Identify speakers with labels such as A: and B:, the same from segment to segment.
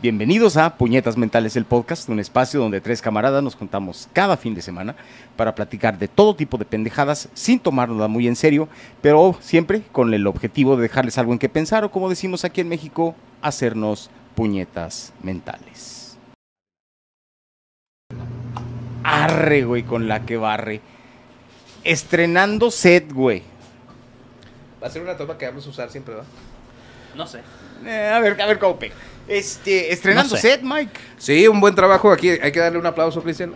A: bienvenidos a Puñetas Mentales, el podcast, un espacio donde tres camaradas nos juntamos cada fin de semana para platicar de todo tipo de pendejadas sin tomárnosla muy en serio, pero siempre con el objetivo de dejarles algo en que pensar o como decimos aquí en México, hacernos puñetas mentales. Arre, güey, con la que barre. Estrenando set, güey.
B: Va a ser una toma que vamos a usar siempre, ¿verdad?
C: No sé.
A: Eh, a ver, a ver, cómo pega. Este, estrenando
C: No sé.
A: set, Mike.
B: Sí, un buen trabajo aquí. Hay que darle un aplauso, Cristian.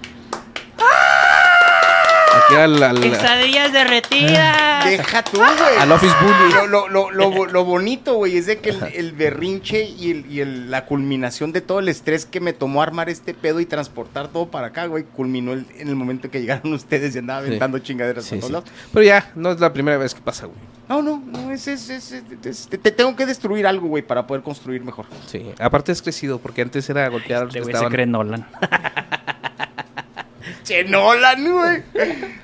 B: Aquí al, al-
C: Quesadillas
B: Ah.
C: derretidas.
A: Deja tú, güey.
C: Ah,
B: al Office Bully.
A: Lo, lo- lo- lo bo- lo bonito, güey, es de que el, el berrinche y, el- y el- la culminación de todo el estrés que me tomó armar este pedo y transportar todo para acá, güey, culminó el- en el momento que llegaron ustedes y andaba
B: Sí.
A: aventando chingaderas
B: Sí,
A: por todos
B: sí.
A: lados.
B: Pero ya, no es la primera vez que pasa, güey.
A: No, no, no, es, es- es- es- es- te, te tengo que destruir algo, güey, para poder construir mejor.
B: Sí. Aparte es crecido, porque antes era golpear a los
C: Este
B: que
C: güey se
B: estaban.
C: cree Nolan.
A: Che, Nolan, güey.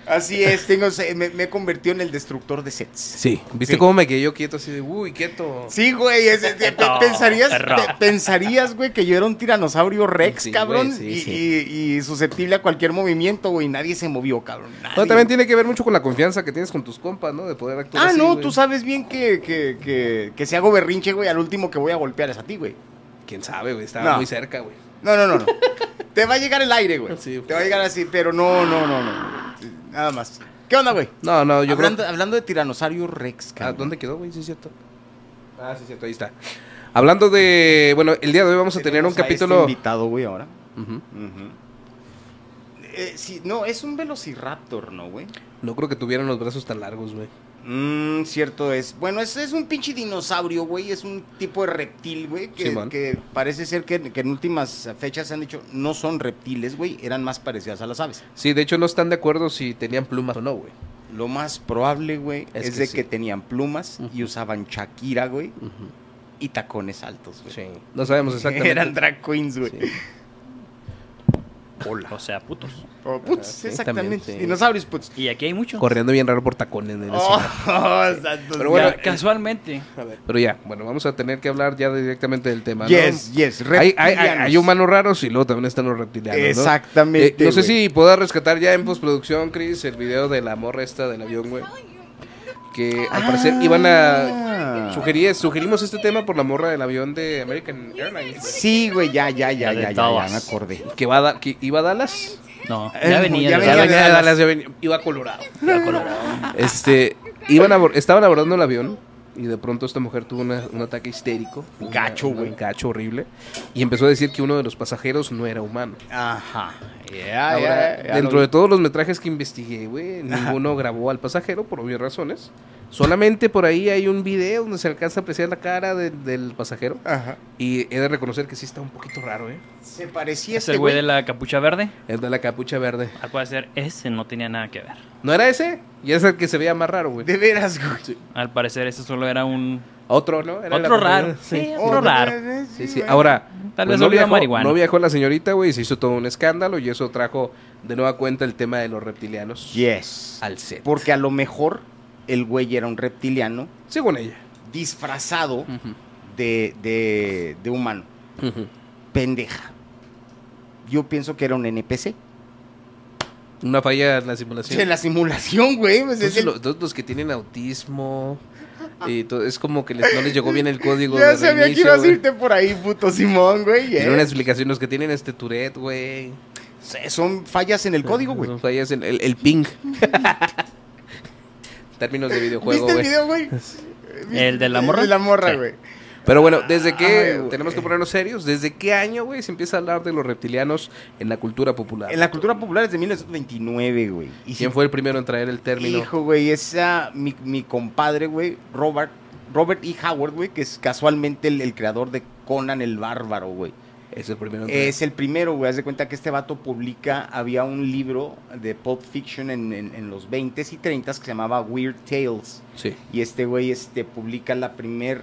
A: Así es, tengo, se- me, me he convertido en el destructor de sets.
B: Sí. ¿Viste
A: Sí.
B: cómo me quedé yo quieto así de, uy, quieto?
A: Sí, güey, es- es- pe-
C: No,
A: pensarías,
C: perro.
A: pe- pensarías, güey, que yo era un tiranosaurio Rex,
B: Sí, güey,
A: cabrón,
B: sí,
A: y,
B: sí.
A: y- y susceptible a cualquier movimiento, güey, nadie se movió, cabrón. nadie.
B: No, también tiene que ver mucho con la confianza que tienes con tus compas, ¿no? De poder actuar
A: Ah,
B: así,
A: no,
B: güey.
A: tú sabes bien que, que, que, que si hago berrinche, güey, al último que voy a golpear es a ti, güey.
B: ¿Quién sabe, güey? Estaba
A: No.
B: muy cerca, güey.
A: No, no, no, no. Te va a llegar el aire, güey.
B: Sí, güey.
A: Te va a llegar así, pero no, no, no, no. Nada más. ¿Qué onda, güey?
B: No, no, yo
A: Hablando,
B: creo...
A: hablando de tiranosaurio Rex,
B: Ah,
A: cabrón.
B: ¿Dónde quedó, güey? Sí, es cierto. Ah, sí, es cierto. Ahí está. Hablando de... Bueno, el día de hoy vamos a tener un
A: Tenemos a este
B: capítulo...
A: invitado, güey, ahora.
B: Ujú.
A: Eh, sí, no, es un velociraptor, ¿no, güey?
B: No creo que tuvieran los brazos tan largos, güey.
A: Mmm, cierto es. Bueno, es, es un pinche dinosaurio, güey. Es un tipo de reptil, güey. Que,
B: Simón.
A: que parece ser que, que en últimas fechas se han dicho no son reptiles, güey. Eran más parecidas a las aves.
B: Sí, de hecho no están de acuerdo si tenían plumas o no, güey.
A: Lo más probable, güey, es,
B: Es que
A: de
B: sí.
A: que tenían plumas y
B: Ujú.
A: usaban Shakira, güey. Y tacones altos, güey.
B: Sí. No sabemos exactamente.
A: Eran drag queens, güey.
B: Sí.
C: O sea, putos.
A: O Oh, putz,
B: Ah, sí,
A: exactamente.
B: también, sí.
A: Dinosaurios putz.
C: Y aquí hay muchos.
B: Corriendo bien raro por tacones. en ese-
A: Oh, santos,
B: Pero bueno, eh,
A: ya.
C: Ya, casualmente.
B: Pero ya, bueno, vamos a tener que hablar ya directamente del tema. ¿no?
A: Yes, yes.
B: Hay, hay, hay,
A: reptilianos.
B: hay humanos raros y luego también están los reptilianos. ¿no? Eh,
A: Exactamente.
B: no sé
A: güey.
B: si puedas rescatar ya en postproducción, Chris, el video de la morra esta del avión, güey. Que al parecer iban
A: Ah.
B: a. Sugerí, sugerimos este tema por la morra del avión de American Airlines.
A: Sí, güey, ya, ya, ya,
C: La de
A: ya, ya, ya,
C: Dallas.
A: me acordé.
B: Que, va a da- que iba a Dallas.
C: No,
A: Eh,
C: ya venía.
A: ya venía
C: de Dallas.
A: de
B: Iba a
A: Dallas.
B: Dallas, ya venía- iba a Colorado. Este, iban abor- estaban abordando el avión y de pronto esta mujer tuvo una- un ataque histérico. una-
A: Gacho,
B: una-
A: güey.
B: Gacho horrible. Y empezó a decir que uno de los pasajeros no era humano.
A: Ajá. Ah,
B: Ahora, dentro de todos los metrajes que investigué, güey, ninguno grabó al pasajero por obvias razones. Solamente por ahí hay un video donde se alcanza a apreciar la cara de- del pasajero.
A: Ajá.
B: Y he de reconocer que sí está un poquito raro, ¿eh?
A: Se parecía
C: Es
A: este
C: el güey
A: güey.
C: de la capucha verde.
B: El de la capucha verde.
C: Al parecer, ese no tenía nada que ver.
B: ¿No era ese? Y es el que se veía más raro, güey.
A: De veras, güey.
C: Al parecer, ese solo era un.
B: Otro, ¿no? Era
C: Otro
B: la-
C: raro.
B: Sí. Oh,
C: Sí,
A: Oh,
C: otro raro.
B: Sí, sí.
A: güey.
B: Ahora,
C: Tal
B: pues
C: vez
B: no
C: olía
B: viajó,
C: marihuana.
B: no viajó la señorita, güey, y se hizo todo un escándalo y eso trajo de nueva cuenta el tema de los reptilianos
A: Yes.
B: al set.
A: Porque a lo mejor el güey era un reptiliano
B: Según ella.
A: disfrazado de, de, de humano. Pendeja. Yo pienso que era un NPC.
B: Una falla en la
A: Sí.
B: simulación.
A: De la simulación, güey. pues, es
B: Entonces,
A: el-
B: lo- todos los que tienen autismo y todo, es como que les- no les llegó bien el código.
A: Ah. Ya
B: de
A: sabía que
B: reinicio,
A: ibas a
B: güey.
A: irte por ahí, puto Simón, güey.
B: Tiene
A: yes.
B: una explicación. Los que tienen este Tourette, güey.
A: Eh, Son fallas en el código, güey.
B: Son fallas en el, el ping. Términos de videojuego,
A: ¿Viste el
B: güey.
A: video, güey?
C: ¿El de la morra?
A: El de la morra,
C: Sí.
A: güey.
B: Pero bueno, desde qué
A: Ay, güey.
B: tenemos que ponernos serios, desde qué año, güey, se empieza a hablar de los reptilianos en la cultura popular.
A: En la cultura popular es de 1929, güey. Y
B: ¿Quién
A: si-
B: fue el primero en traer el término?
A: Hijo, güey, esa, mi, mi compadre, güey, Robert, Robert E. Howard, güey, que es casualmente el, el creador de Conan el Bárbaro, güey.
B: Es el primero. en
A: Es el primero, güey. Haz de cuenta que este vato publica, había un libro de pop fiction en, en- en los 20s y 30s que se llamaba Weird Tales.
B: entrar. Sí.
A: Y este güey este, publica la primera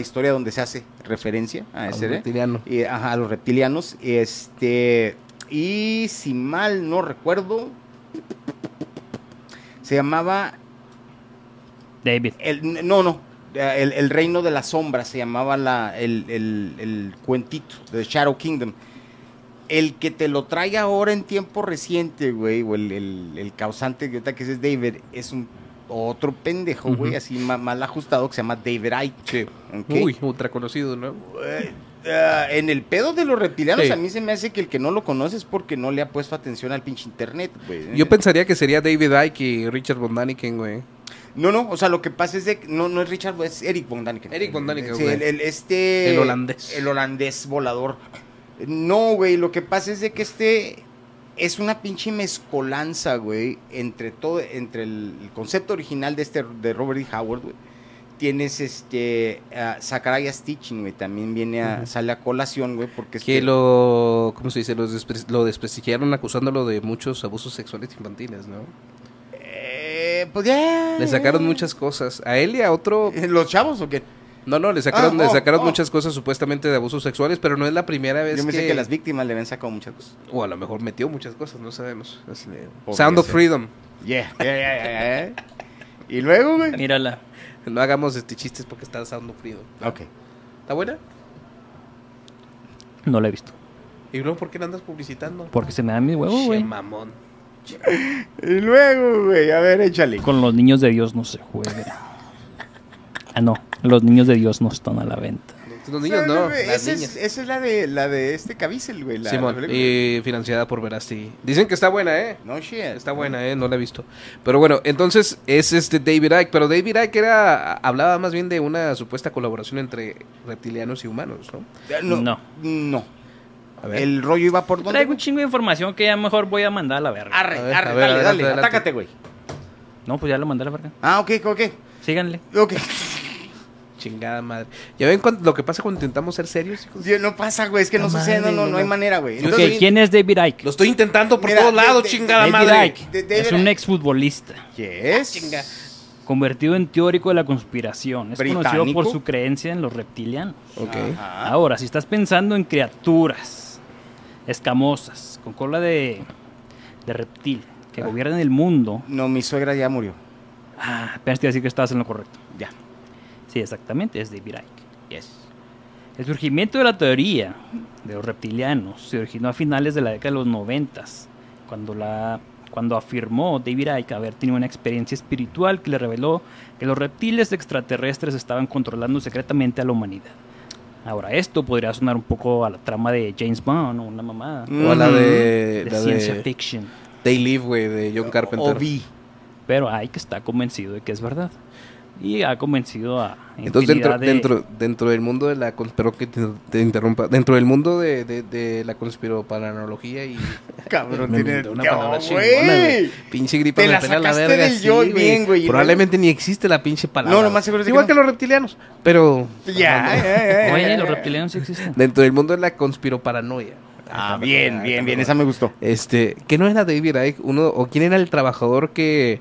A: historia donde se hace referencia a
B: A un
A: ese. ¿eh?
B: reptiliano.
A: Eh, ajá, a los reptilianos. Este. Y si mal no recuerdo. Se llamaba.
C: David.
A: El, no, no. El, el Reino de las Sombras se llamaba la, el, el- el cuentito de Shadow Kingdom. El que te lo trae ahora en tiempo reciente, güey, o el, el- el causante que ahorita que ese es David, es un otro pendejo, güey,
B: Ujú.
A: así ma- mal ajustado que se llama David Icke.
B: Sí.
A: ¿ok?
B: Uy, ultra conocido, ¿no?
A: Eh, ah, en el pedo de los reptilianos,
B: Sí.
A: a mí se me hace que el que no lo conoce es porque no le ha puesto atención al pinche internet, güey.
B: Yo pensaría que sería David Icke y Richard von Daniken, güey.
A: No, no, o sea, lo que pasa es de que no, no es Richard, es Eric von Daniken.
B: Eric von Daniken,
A: Sí,
B: güey.
A: el, el- este,
B: El holandés.
A: El holandés volador. No, güey, lo que pasa es de que este es una pinche mezcolanza, güey, entre todo, entre el, el concepto original de este, de Robert E. Howard, güey. Tienes este ah, Zacharias Teaching, güey, también viene a,
B: Ujú.
A: sale a colación, güey, porque este es
B: Que lo, ¿cómo se dice? Los despre- lo desprestigiaron acusándolo de muchos abusos sexuales infantiles, ¿no?
A: Eh, pues ya. Eh,
B: Le sacaron muchas cosas. A él y a otro...
A: ¿Los chavos o qué?
B: No, no, le sacaron,
A: Ah,
B: le
A: oh,
B: sacaron
A: oh.
B: muchas cosas supuestamente de abusos sexuales, pero no es la primera vez
A: Yo
B: que...
A: pensé que... las víctimas le habían sacado muchas cosas.
B: O a lo mejor metió muchas cosas, no sabemos. Así de-
A: Podría
B: Sound of
A: ser.
B: Freedom.
A: Yeah, yeah, yeah, yeah, yeah. ¿eh? Y luego, güey.
C: Mírala.
B: No hagamos este chistes porque está Sound of Freedom.
A: Ok.
B: ¿Está buena?
C: No la he visto.
B: ¿Y luego por qué la andas publicitando?
C: Porque se me da mi huevo,
B: Che,
C: Pues, güey.
B: mamón.
A: Y luego, güey. A ver, échale.
C: Con los niños de Dios no se juega. Ah, no. Los niños de Dios no están a la venta.
B: Los niños no,
A: güey,
B: las
A: esa,
B: niñas.
A: es, esa es la de, la de este Cabicel, güey. La, la
B: Simón,
A: película.
B: y financiada por Verasti. Dicen que está buena, ¿eh?
A: No shit.
B: Está buena, ¿eh? No la he visto. Pero bueno, entonces es este David Icke. Pero David Icke era, hablaba más bien de una supuesta colaboración entre reptilianos y humanos, ¿no?
A: Eh, No. No.
C: No.
B: A ver.
A: El rollo iba por donde.
C: Traigo un chingo de información que ya mejor voy a mandar a la verga.
A: Arre,
B: A ver,
A: arre,
B: a ver,
A: dale,
B: adelante,
A: dale.
B: adelante.
A: Atácate, güey.
C: No, pues ya lo mandé a la verga.
A: Ah, ok, ok.
C: Síganle.
A: Ok.
B: Chingada madre. ¿Ya ven cuan- lo que pasa cuando intentamos ser serios? hijos?
A: Yo- No pasa, güey. Es que no,
B: No
A: sucede. No,
B: mames,
A: no,
B: no,
A: no hay
B: no.
A: manera, güey.
B: Ok,
A: Entonces,
C: Ok, ¿quién es David Icke?
B: Lo estoy intentando por
A: Mira,
B: todos
A: de-
B: lados,
A: de-
B: chingada
C: David
B: madre.
C: Icke
A: De- de-
C: es
A: de-
C: un exfutbolista
A: Yes.
B: Chinga.
C: convertido en teórico de la conspiración. Es conocido
A: Británico. Ah.
C: por su creencia en los reptilianos.
B: Ok.
A: Ajá.
C: Ahora, si estás pensando en criaturas escamosas con cola de, de reptil
A: Ah.
C: que gobiernan el mundo,
A: No, mi suegra ya murió.
C: ah, apenas te iba a decir que estabas en lo correcto.
A: Ya.
C: Sí, exactamente, es David Icke.
A: Yes.
C: El surgimiento de la teoría de los reptilianos se originó a finales de la década de los noventas, cuando, la, cuando afirmó David Icke haber tenido una experiencia espiritual que le reveló que los reptiles extraterrestres estaban controlando secretamente a la humanidad. Ahora, esto podría sonar un poco a la trama de James Bond o una mamada
B: O la
C: Mm, de
B: de, Mm, la
C: ciencia
B: de
C: fiction,
B: They Live, güey, de John Carpenter.
A: O vi.
C: pero Icke está convencido de que es verdad. Y ha convencido a
B: Entonces dentro,
C: infinidad de-
B: dentro, dentro del mundo de la cons- perdón que te, te interrumpa, dentro del mundo de, de, de la conspiroparanología y
A: Cabrón,
B: Me
A: tiene.
B: inventó una
A: ¡No,
B: palabra chingona,
A: güey!
B: pinche gripa
A: Te
B: me
A: la
B: pela
A: sacaste del
B: sí,
A: yo bien, güey, y
B: Probablemente ni existe la pinche palabra.
A: No, lo más seguro es que
B: igual
A: no.
B: que, los reptilianos, pero
A: Ya, ya, ya,
C: Oye,
A: ya,
C: los
A: ya.
C: reptilianos sí existen.
B: dentro del mundo de la conspiroparanoia.
A: Ah, bien, bien, bien. Esa me gustó.
B: Este, ¿qué no era David Icke? Uno, ¿O quién era el trabajador que,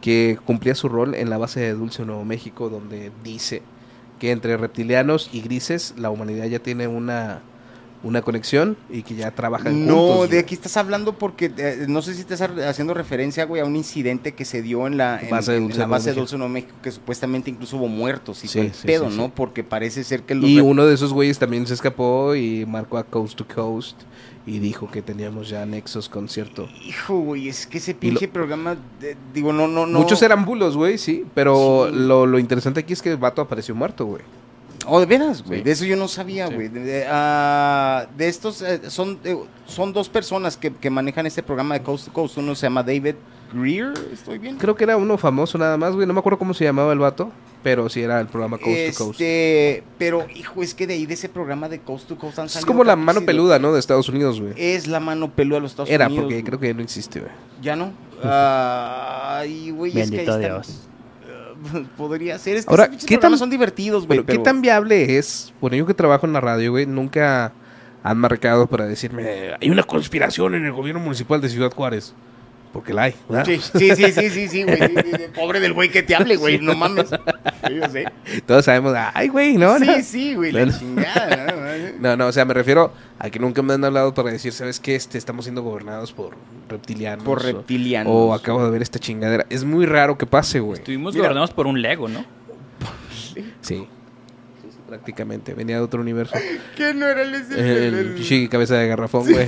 B: que cumplía su rol en la base de Dulce Nuevo México, donde dice que entre reptilianos y grises la humanidad ya tiene una, una conexión y que ya trabajan
A: No,
B: juntos?
A: de
B: güey?
A: aquí estás hablando porque eh, no sé si estás ha- haciendo referencia, güey, a un incidente que se dio en la en-
B: Base de
A: en
B: Dulce
A: la
B: Nuevo
A: base de
B: México.
A: Dulce Nuevo México, que supuestamente incluso hubo muertos y
B: Sí,
A: fue el
B: sí,
A: pedo,
B: sí,
A: ¿no?
B: sí.
A: Porque parece ser que los
B: Y
A: rep-
B: uno de esos güeyes también se escapó y marcó a Coast to Coast y dijo que teníamos ya nexos con cierto.
A: Hijo, güey, es que ese pinche programa de- digo, no no no.
B: Muchos eran bulos, güey, sí, pero
A: Sí.
B: Lo, lo interesante aquí es que el vato apareció muerto, güey.
A: Oh, de veras, güey.
B: Sí.
A: De eso yo no sabía,
B: Sí.
A: güey. De, de- ah, de estos eh, son eh, son dos personas que, que manejan este programa de Coast to Coast. Uno se llama David Greer, estoy bien.
B: Creo que era uno famoso nada más, güey. No me acuerdo cómo se llamaba el vato, pero sí era el programa Coast to Coast.
A: Este, pero hijo, es que de ahí de ese programa de Coast to Coast han
B: Es
A: salido
B: como la
A: tantos
B: mano
A: ide-
B: peluda, ¿no? De Estados Unidos, güey.
A: Es la mano peluda de los Estados
B: Era,
A: Unidos.
B: porque creo que ya no existe, güey.
A: que ya no. Ay, güey, es que ahí
C: Bendito
A: están-
C: Dios.
A: Eh, Podría ser, es que
B: Ahora,
A: esos pinches
B: ¿qué tan-
A: programas son divertidos, güey,
B: Pero, ¿qué tan viable es? Bueno, yo que trabajo en la radio, güey, nunca han marcado para decirme, hay una conspiración en el gobierno municipal de Ciudad Juárez. Porque la hay. ¿verdad?
A: Sí, sí, sí, sí, sí, sí, güey. Sí, sí, sí. Pobre del güey que te hable, güey. No mames. Sí, Yo sé.
B: Todos sabemos, ay, güey, no, no.
A: Sí, sí, güey. La
B: No, no.
A: chingada. ¿eh? ¿no?
B: No, no, o sea, me refiero a que nunca me han hablado para decir, ¿sabes qué? Este, estamos siendo gobernados por reptilianos.
A: Por
B: o-
A: reptilianos.
B: O acabo de ver esta chingadera. Es muy raro que pase, güey.
C: Estuvimos
A: Mira.
C: gobernados por un Lego, ¿no?
B: Sí. Sí, sí, Prácticamente, venía de otro universo.
A: ¿Qué no era el ese?
B: El
A: el-
B: pinche cabeza de garrafón, güey.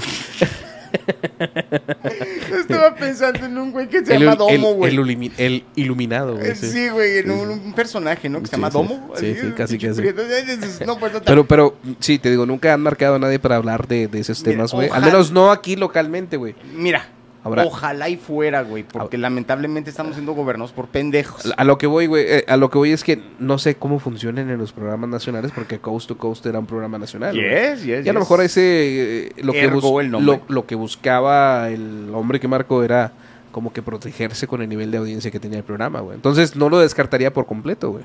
A: Estaba pensando en un güey que se
B: El,
A: llama
B: el-
A: Domo,
B: el
A: güey. Eh,
B: ilumi- el iluminado, güey. sí.
A: Sí, güey, en
B: Sí,
A: un, un personaje, ¿no? Que se
B: Sí,
A: llama
B: sí.
A: Domo.
B: Sí,
A: así,
B: sí, casi,
A: pinche
B: casi.
A: prieto. No, pues no
B: Pero, pero, sí, te digo, nunca han marcado a nadie para hablar de, de esos
A: Mira,
B: temas, güey. Al
A: ojalá.
B: menos no aquí localmente, güey.
A: Mira,
B: Ahora-
A: ojalá y fuera, güey, porque lamentablemente estamos siendo gobernados por pendejos.
B: A lo que voy, güey, eh, a lo que voy es que no sé cómo funcionan en los programas nacionales porque Coast to Coast era un programa nacional. güey.
A: Yes, yes,
B: Y a lo
A: yes.
B: mejor ese eh, lo que,
A: Ergo
B: bus-
A: el nombre.
B: lo, lo que buscaba el hombre que marcó era como que protegerse con el nivel de audiencia que tenía el programa, güey. Entonces no lo descartaría por completo, güey.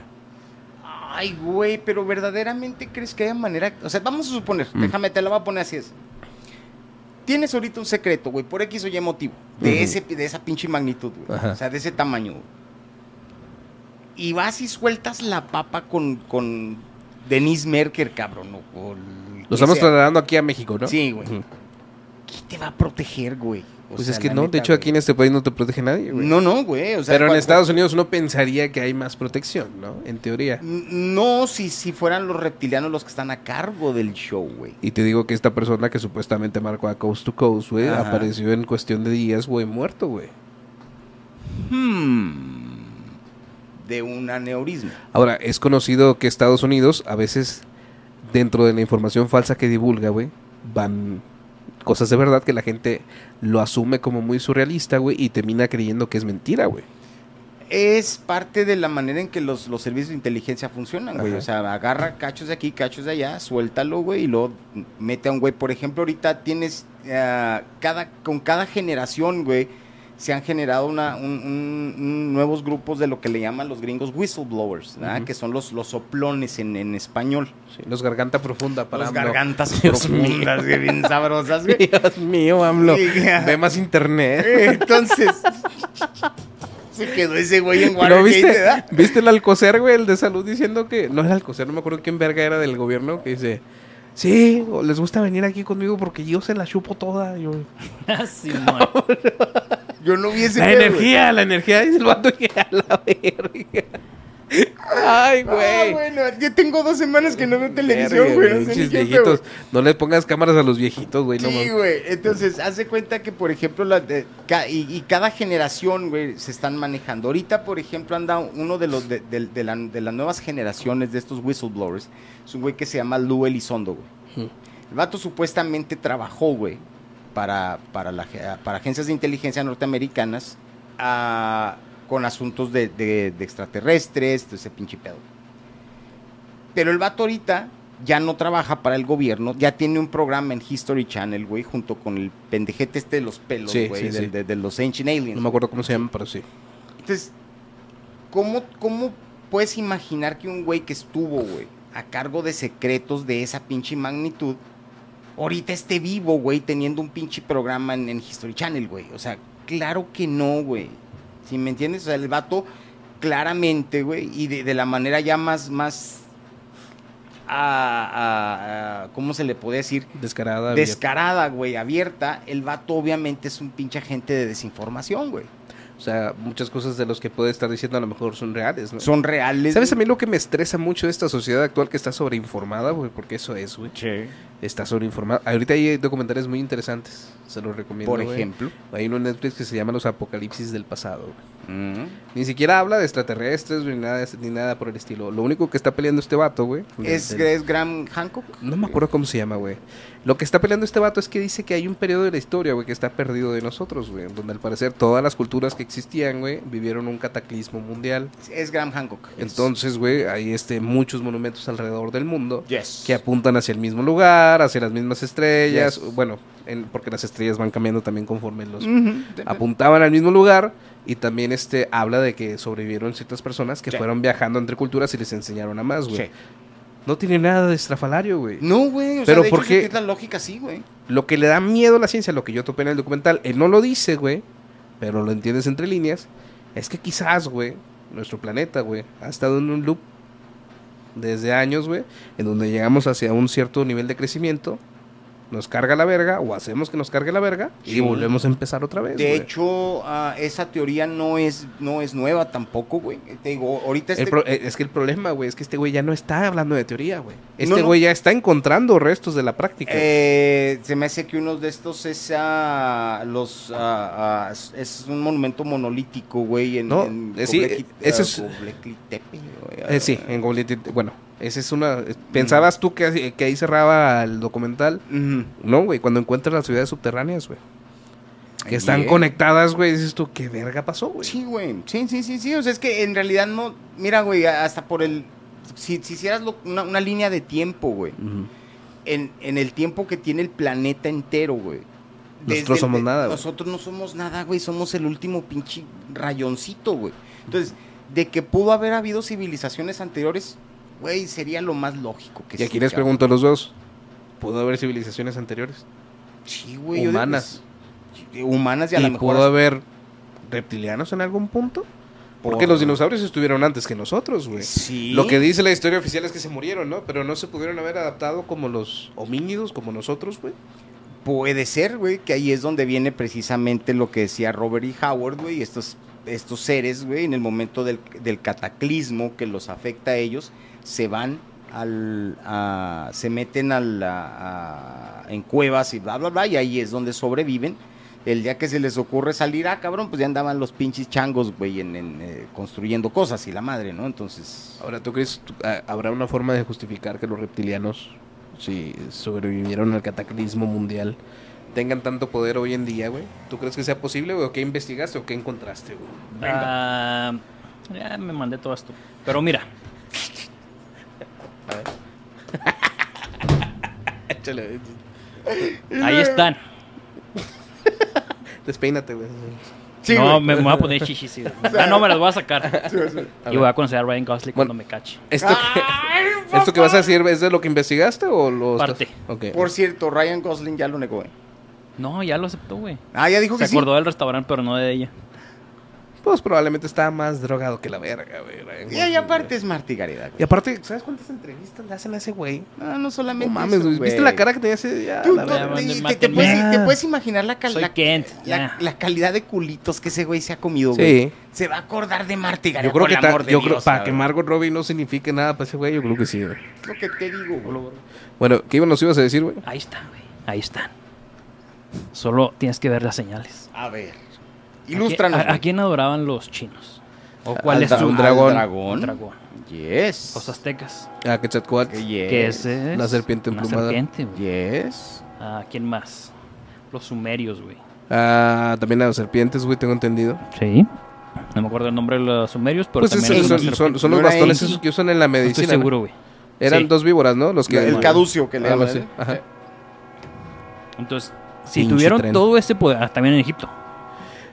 A: Ay, güey, pero verdaderamente crees que haya manera. O sea, vamos a suponer,
B: Mm.
A: déjame, te la voy a poner así es. Tienes ahorita un secreto, güey, por X o Y motivo, de,
B: Ujú.
A: ese, de esa pinche magnitud, güey.
B: Ajá.
A: O sea, de ese tamaño. güey. Y vas y sueltas la papa con, con Denise Merker, cabrón. O, o el que
B: Lo estamos
A: sea.
B: trasladando aquí a México, ¿no?
A: Sí, güey.
B: Ujú.
A: ¿Quién te va a proteger, güey? O
B: Pues
A: sea,
B: es que
A: la
B: no, de
A: neta,
B: hecho
A: güey.
B: aquí en este país no te protege nadie, güey.
A: No, no, güey. O sea,
B: Pero en
A: cual-
B: Estados Unidos uno pensaría que hay más protección, ¿no? En teoría.
A: No, si, si fueran los reptilianos los que están a cargo del show, güey.
B: Y te digo que esta persona que supuestamente marcó a Coast to Coast, güey,
A: Ajá.
B: apareció en cuestión de días, güey, muerto, güey.
A: Hmm. De un aneurisma.
B: Ahora, es conocido que Estados Unidos, a veces, dentro de la información falsa que divulga, güey, van cosas de verdad que la gente lo asume como muy surrealista, güey, y termina creyendo que es mentira, güey.
A: Es parte de la manera en que los, los servicios de inteligencia funcionan, güey.
B: Ajá.
A: O sea, agarra cachos de aquí, cachos de allá, suéltalo, güey, y luego mete a un güey. Por ejemplo, ahorita tienes. ah, cada, con cada generación, güey, se han generado una, un- un- un- nuevos grupos de lo que le llaman los gringos whistleblowers, ¿verdad?
B: Ujú.
A: que son los, los soplones en, en español.
B: Sí, los garganta profunda para
A: Las
B: AMLO.
A: gargantas
B: Dios mío.
A: profundas, güey, bien sabrosas, güey.
B: Dios mío, AMLO.
A: Sí, ya. Eh,
B: Ve más internet.
A: Entonces, se quedó ese güey en
B: ¿Pero
A: Watergate,
B: viste,
A: ¿verdad?
B: viste el Alcocer, güey, el de salud, diciendo que. No era Alcocer, no me acuerdo quién verga era del gobierno, que dice. Sí, o les gusta venir aquí conmigo porque yo se la chupo toda. yo-
C: Ah, Simón.
A: Yo no vi ese
B: la
A: pedo, güey.
B: energía, la energía, dice el vato que a la verga. Ay,
A: Ah,
B: güey.
A: bueno, yo tengo dos semanas que no veo televisión,
B: Verga,
A: güey. No sé
B: pinches
A: ni qué pedo.
B: viejitos. No le pongas cámaras a los viejitos, güey. no
A: Sí,
B: mames.
A: güey. Entonces, hace cuenta que, por ejemplo, la de- ca- y, y cada generación, güey, se están manejando. Ahorita, por ejemplo, anda uno de los de, de- de la- de las nuevas generaciones de estos whistleblowers. Es un güey que se llama Lou Elizondo, güey.
B: Ujú.
A: El vato supuestamente trabajó, güey, para, para, la ge- para agencias de inteligencia norteamericanas ah, con asuntos de, de- de extraterrestres, de ese pinche pedo. Pero el vato ahorita ya no trabaja para el gobierno, ya tiene un programa en History Channel, güey, junto con el pendejete este de los pelos,
B: Sí,
A: güey,
B: sí,
A: del-
B: sí.
A: de, de los Ancient Aliens.
B: No me acuerdo cómo se llama, pero sí.
A: Entonces, ¿cómo, ¿cómo puedes imaginar que un güey que estuvo, güey, a cargo de secretos de esa pinche magnitud, ahorita esté vivo, güey, teniendo un pinche programa en, en History Channel, güey? O sea, claro que no, güey. Si me entiendes, o sea, el vato claramente, güey, y de, de la manera ya más, más, a- a- a- ¿cómo se le puede decir?
B: Descarada. güey.
A: Descarada, güey, abierta. El vato obviamente es un pinche agente de desinformación, güey.
B: O sea, muchas cosas de los que puede estar diciendo a lo mejor son reales, ¿no?
A: Son reales.
B: ¿Sabes a
A: güey.
B: mí lo que me estresa mucho de esta sociedad actual que está sobreinformada, güey? Porque eso es, güey. Está sobreinformada. Ahorita hay documentales muy interesantes. Se los recomiendo.
A: por
B: güey.
A: ejemplo.
B: Hay uno en Netflix que se llama Los Apocalipsis del Pasado. güey. Ni siquiera habla de extraterrestres ni nada, de ese- ni nada por el estilo. Lo único que está peleando este vato, güey.
A: ¿Es,
B: del- del-
A: es Graham Hancock?
B: No me acuerdo cómo se llama, güey. Lo que está peleando este vato es que dice que hay un periodo de la historia, güey, que está perdido de nosotros, güey. Donde al parecer todas las culturas que existían, güey, vivieron un cataclismo mundial.
A: Es Graham Hancock.
B: Entonces, güey, hay este, muchos monumentos alrededor del mundo
A: Yes.
B: que apuntan hacia el mismo lugar, hacia las mismas estrellas.
A: Yes.
B: Bueno, en- porque las estrellas van cambiando también conforme los
A: Ujú.
B: apuntaban al mismo lugar. Y también este habla de que sobrevivieron ciertas personas que
A: Sí.
B: fueron viajando entre culturas y les enseñaron a más, güey.
A: Sí.
B: No tiene nada de estrafalario, güey.
A: No, güey.
B: Pero
A: de
B: ¿por
A: hecho,
B: qué?
A: sí Es la lógica, sí, güey.
B: Lo que le da miedo a la ciencia, lo que yo topé en el documental, él no lo dice, güey, pero lo entiendes entre líneas, es que quizás, güey, nuestro planeta, güey, ha estado en un loop desde años, güey, en donde llegamos hacia un cierto nivel de crecimiento, nos carga la verga, o hacemos que nos cargue la verga,
A: Sí.
B: y volvemos a empezar otra vez,
A: De
B: güey.
A: hecho, ah, esa teoría no es, no es nueva tampoco, güey. Te digo, ahorita
B: El
A: este...
B: pro- eh, es que el problema, güey, es que este güey ya no está hablando de teoría, güey.
A: No,
B: Este
A: no.
B: güey ya está encontrando restos de la práctica.
A: Eh, se me hace que uno de estos es ah, los ah, ah, es un monumento monolítico, güey, en,
B: No,
A: en
B: eh, sí,
A: Göbekli-
B: eh, ese
A: ah,
B: es-
A: Göbekli Tepe, güey, ah,
B: Eh, sí, en Goblin Tit- Bueno, esa es una. ¿Pensabas tú que, que ahí cerraba el documental?
A: ujú.
B: No, güey, cuando encuentras las ciudades subterráneas, güey. Que
A: Ahí,
B: están
A: eh.
B: conectadas, güey. Dices tú, ¿qué verga pasó, güey?
A: Sí, güey. Sí, sí, sí, sí. O sea, es que en realidad no. Mira, güey, hasta por el. Si, si hicieras lo- una, una línea de tiempo, güey.
B: Ujú.
A: En, en el tiempo que tiene el planeta entero, güey.
B: Nosotros somos
A: de-
B: nada, güey.
A: Nosotros no somos nada, güey. Somos el último pinche rayoncito, güey. Entonces, de que pudo haber habido civilizaciones anteriores, güey, sería lo más lógico que
B: Y aquí
A: sí,
B: les
A: cabrón.
B: pregunto a los dos: ¿pudo haber civilizaciones anteriores?
A: Sí, güey. yo digo,
B: humanas.
A: sí, Humanas y a
B: ¿Y
A: lo mejor.
B: pudo haber reptilianos en algún punto? Porque
A: Por-
B: los dinosaurios estuvieron antes que nosotros, güey.
A: Sí.
B: Lo que dice la historia oficial es que se murieron, ¿no? Pero no se pudieron haber adaptado como los homínidos, como nosotros, güey.
A: Puede ser, güey, que ahí es donde viene precisamente lo que decía Robert E. Howard, güey, estos, estos seres, güey, en el momento del, del cataclismo que los afecta a ellos, se van al, a- se meten al, a- a- en cuevas y bla, bla, bla, y ahí es donde sobreviven. El día que se les ocurre salir, ah, cabrón, pues ya andaban los pinches changos, güey, en, en, eh, construyendo cosas y la madre, ¿no? Entonces...
B: Ahora, ¿tú crees tú- a- habrá una forma de justificar que los reptilianos, si sobrevivieron al cataclismo mundial, tengan tanto poder hoy en día, güey? ¿Tú crees que sea posible, güey? ¿O qué investigaste o qué encontraste, güey?
C: Ah, ya me mandé todo esto. Pero mira,
B: Échale,
C: ahí están.
B: Despeínate, güey.
C: no, me, me voy a poner chichis. sí. Ah, no, me las voy a sacar.
B: A
C: Y
B: ver.
C: voy a conocer a Ryan Gosling
B: Bueno.
C: cuando me cache.
B: ¿Esto, que, ¿Esto que vas a decir es de lo que investigaste o lo
C: Parte.
B: estás- Ok.
A: Por cierto, Ryan Gosling ya lo negó, ¿eh? güey.
C: No, ya lo aceptó, güey.
A: Ah, ya dijo
C: Se
A: que sí.
C: acordó del restaurante, pero no de ella.
B: Pues probablemente está más drogado que la verga, güey. Ryan
A: Y, y
B: Gosling,
A: aparte
B: güey.
A: es martigareda,
B: Y
A: güey.
B: aparte, ¿sabes cuántas entrevistas le hacen a ese güey?
A: No, no solamente
B: No mames,
A: eso, Ah,
B: güey. ¿Viste la cara que tenía ese día?
A: Tú-
B: La
A: tú-
B: verga.
C: verga.
A: y te,
C: Mátame.
A: te puedes,
C: Ya.
A: te puedes imaginar la, cal-
C: Soy
A: la-
C: Kent,
A: la-
C: ya.
A: la calidad de culitos que ese güey se ha comido, güey.
B: Sí.
A: Se va a acordar de Martigareda,
B: Yo creo
A: por
B: que
A: el
B: ta-
A: amor de
B: yo creo-
A: Dios,
B: para que
A: cabrón.
B: Margot Robbie no signifique nada para ese güey, yo creo que sí. güey.
A: Es lo que te digo, güey.
B: Bueno, ¿qué nos ibas a decir, güey?
C: Ahí están, güey. Ahí están. Solo tienes que ver las señales.
A: A ver.
C: ¿A
A: Ilústranos,
C: qui- ¿A, a
A: güey.
C: quién adoraban los chinos? ¿O
B: pues.
C: cuál
B: Al
C: es
B: dra-
C: su Ah,
B: un
A: Al
B: dragón.
A: dragón.
C: dragón?
A: Yes.
C: Los aztecas.
B: A Quetzalcóatl.
A: yes.
C: Que ese es
B: Eh, La serpiente
C: una
B: emplumada.
C: serpiente, güey.
A: Yes.
C: Ah, ¿Quién más? Los sumerios, güey.
B: Ah, también a las serpientes, güey, tengo entendido.
C: Sí. No me acuerdo el nombre de los sumerios, pero
B: pues
C: también
B: esos
C: es
B: son,
C: una
B: son-
C: serpiente.
B: son los
A: No era
B: bastones
A: Enki.
B: esos que usan en la
C: No
B: medicina.
C: Estoy
B: güey.
C: seguro, güey.
B: Eran
C: Sí.
B: dos víboras, ¿no? Los que
A: El caducio que le eh,
B: Algo
A: llaman.
B: así, ajá.
C: Entonces, si
B: Pinche
C: tuvieron
B: tren.
C: todo ese poder, ah, también en Egipto.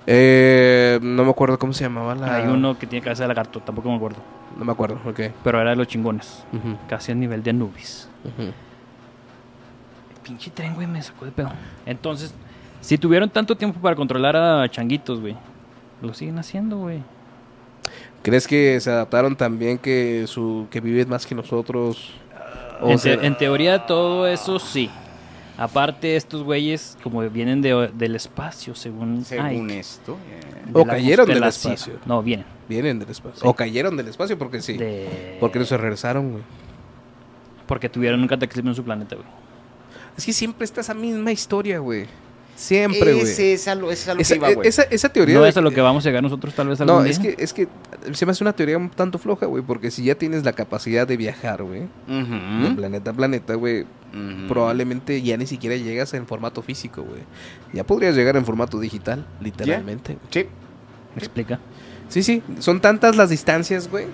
B: Eh, no me acuerdo cómo se llamaba la...
C: Hay uno que tiene cabeza de lagarto, tampoco me acuerdo.
B: No me acuerdo, ok.
C: Pero era de los chingones,
B: Ujú,
C: casi a nivel de Anubis.
B: ujú.
C: El pinche tren, güey, me sacó de pedo. Entonces, si tuvieron tanto tiempo para controlar a changuitos, güey, lo siguen haciendo, güey.
B: ¿Crees que se adaptaron también que su que viven más que nosotros? O
C: En,
B: sea-
C: te- en teoría, todo eso sí. Aparte, estos güeyes, como vienen de- del espacio, según.
A: Según
C: Ike,
A: esto. eh,
C: de
B: O
C: la
B: cayeron del
C: constelación.
B: espacio.
C: No, vienen.
B: Vienen del espacio.
C: Sí.
B: O cayeron del espacio porque sí.
C: de-
B: Porque no se regresaron, güey.
C: Porque tuvieron un cataclismo en su planeta, güey.
B: Es que siempre está esa misma historia, güey. Siempre, güey. e-
A: ese es a lo, ese es a lo
B: Esa,
A: que iba, güey.
B: esa- esa teoría.
C: No
B: de
C: es a lo que vamos a llegar nosotros, tal vez algún
B: No,
C: día.
B: es que, es que se me hace una teoría un tanto floja, güey. Porque si ya tienes la capacidad de viajar, güey, de
A: Ujú,
B: planeta a planeta, güey,
A: ujú.
B: probablemente ya ni siquiera llegas en formato físico, güey. Ya podrías llegar en formato digital, literalmente. güey.
A: Sí.
C: ¿Me explica?
B: Sí, sí. Son tantas las distancias, güey,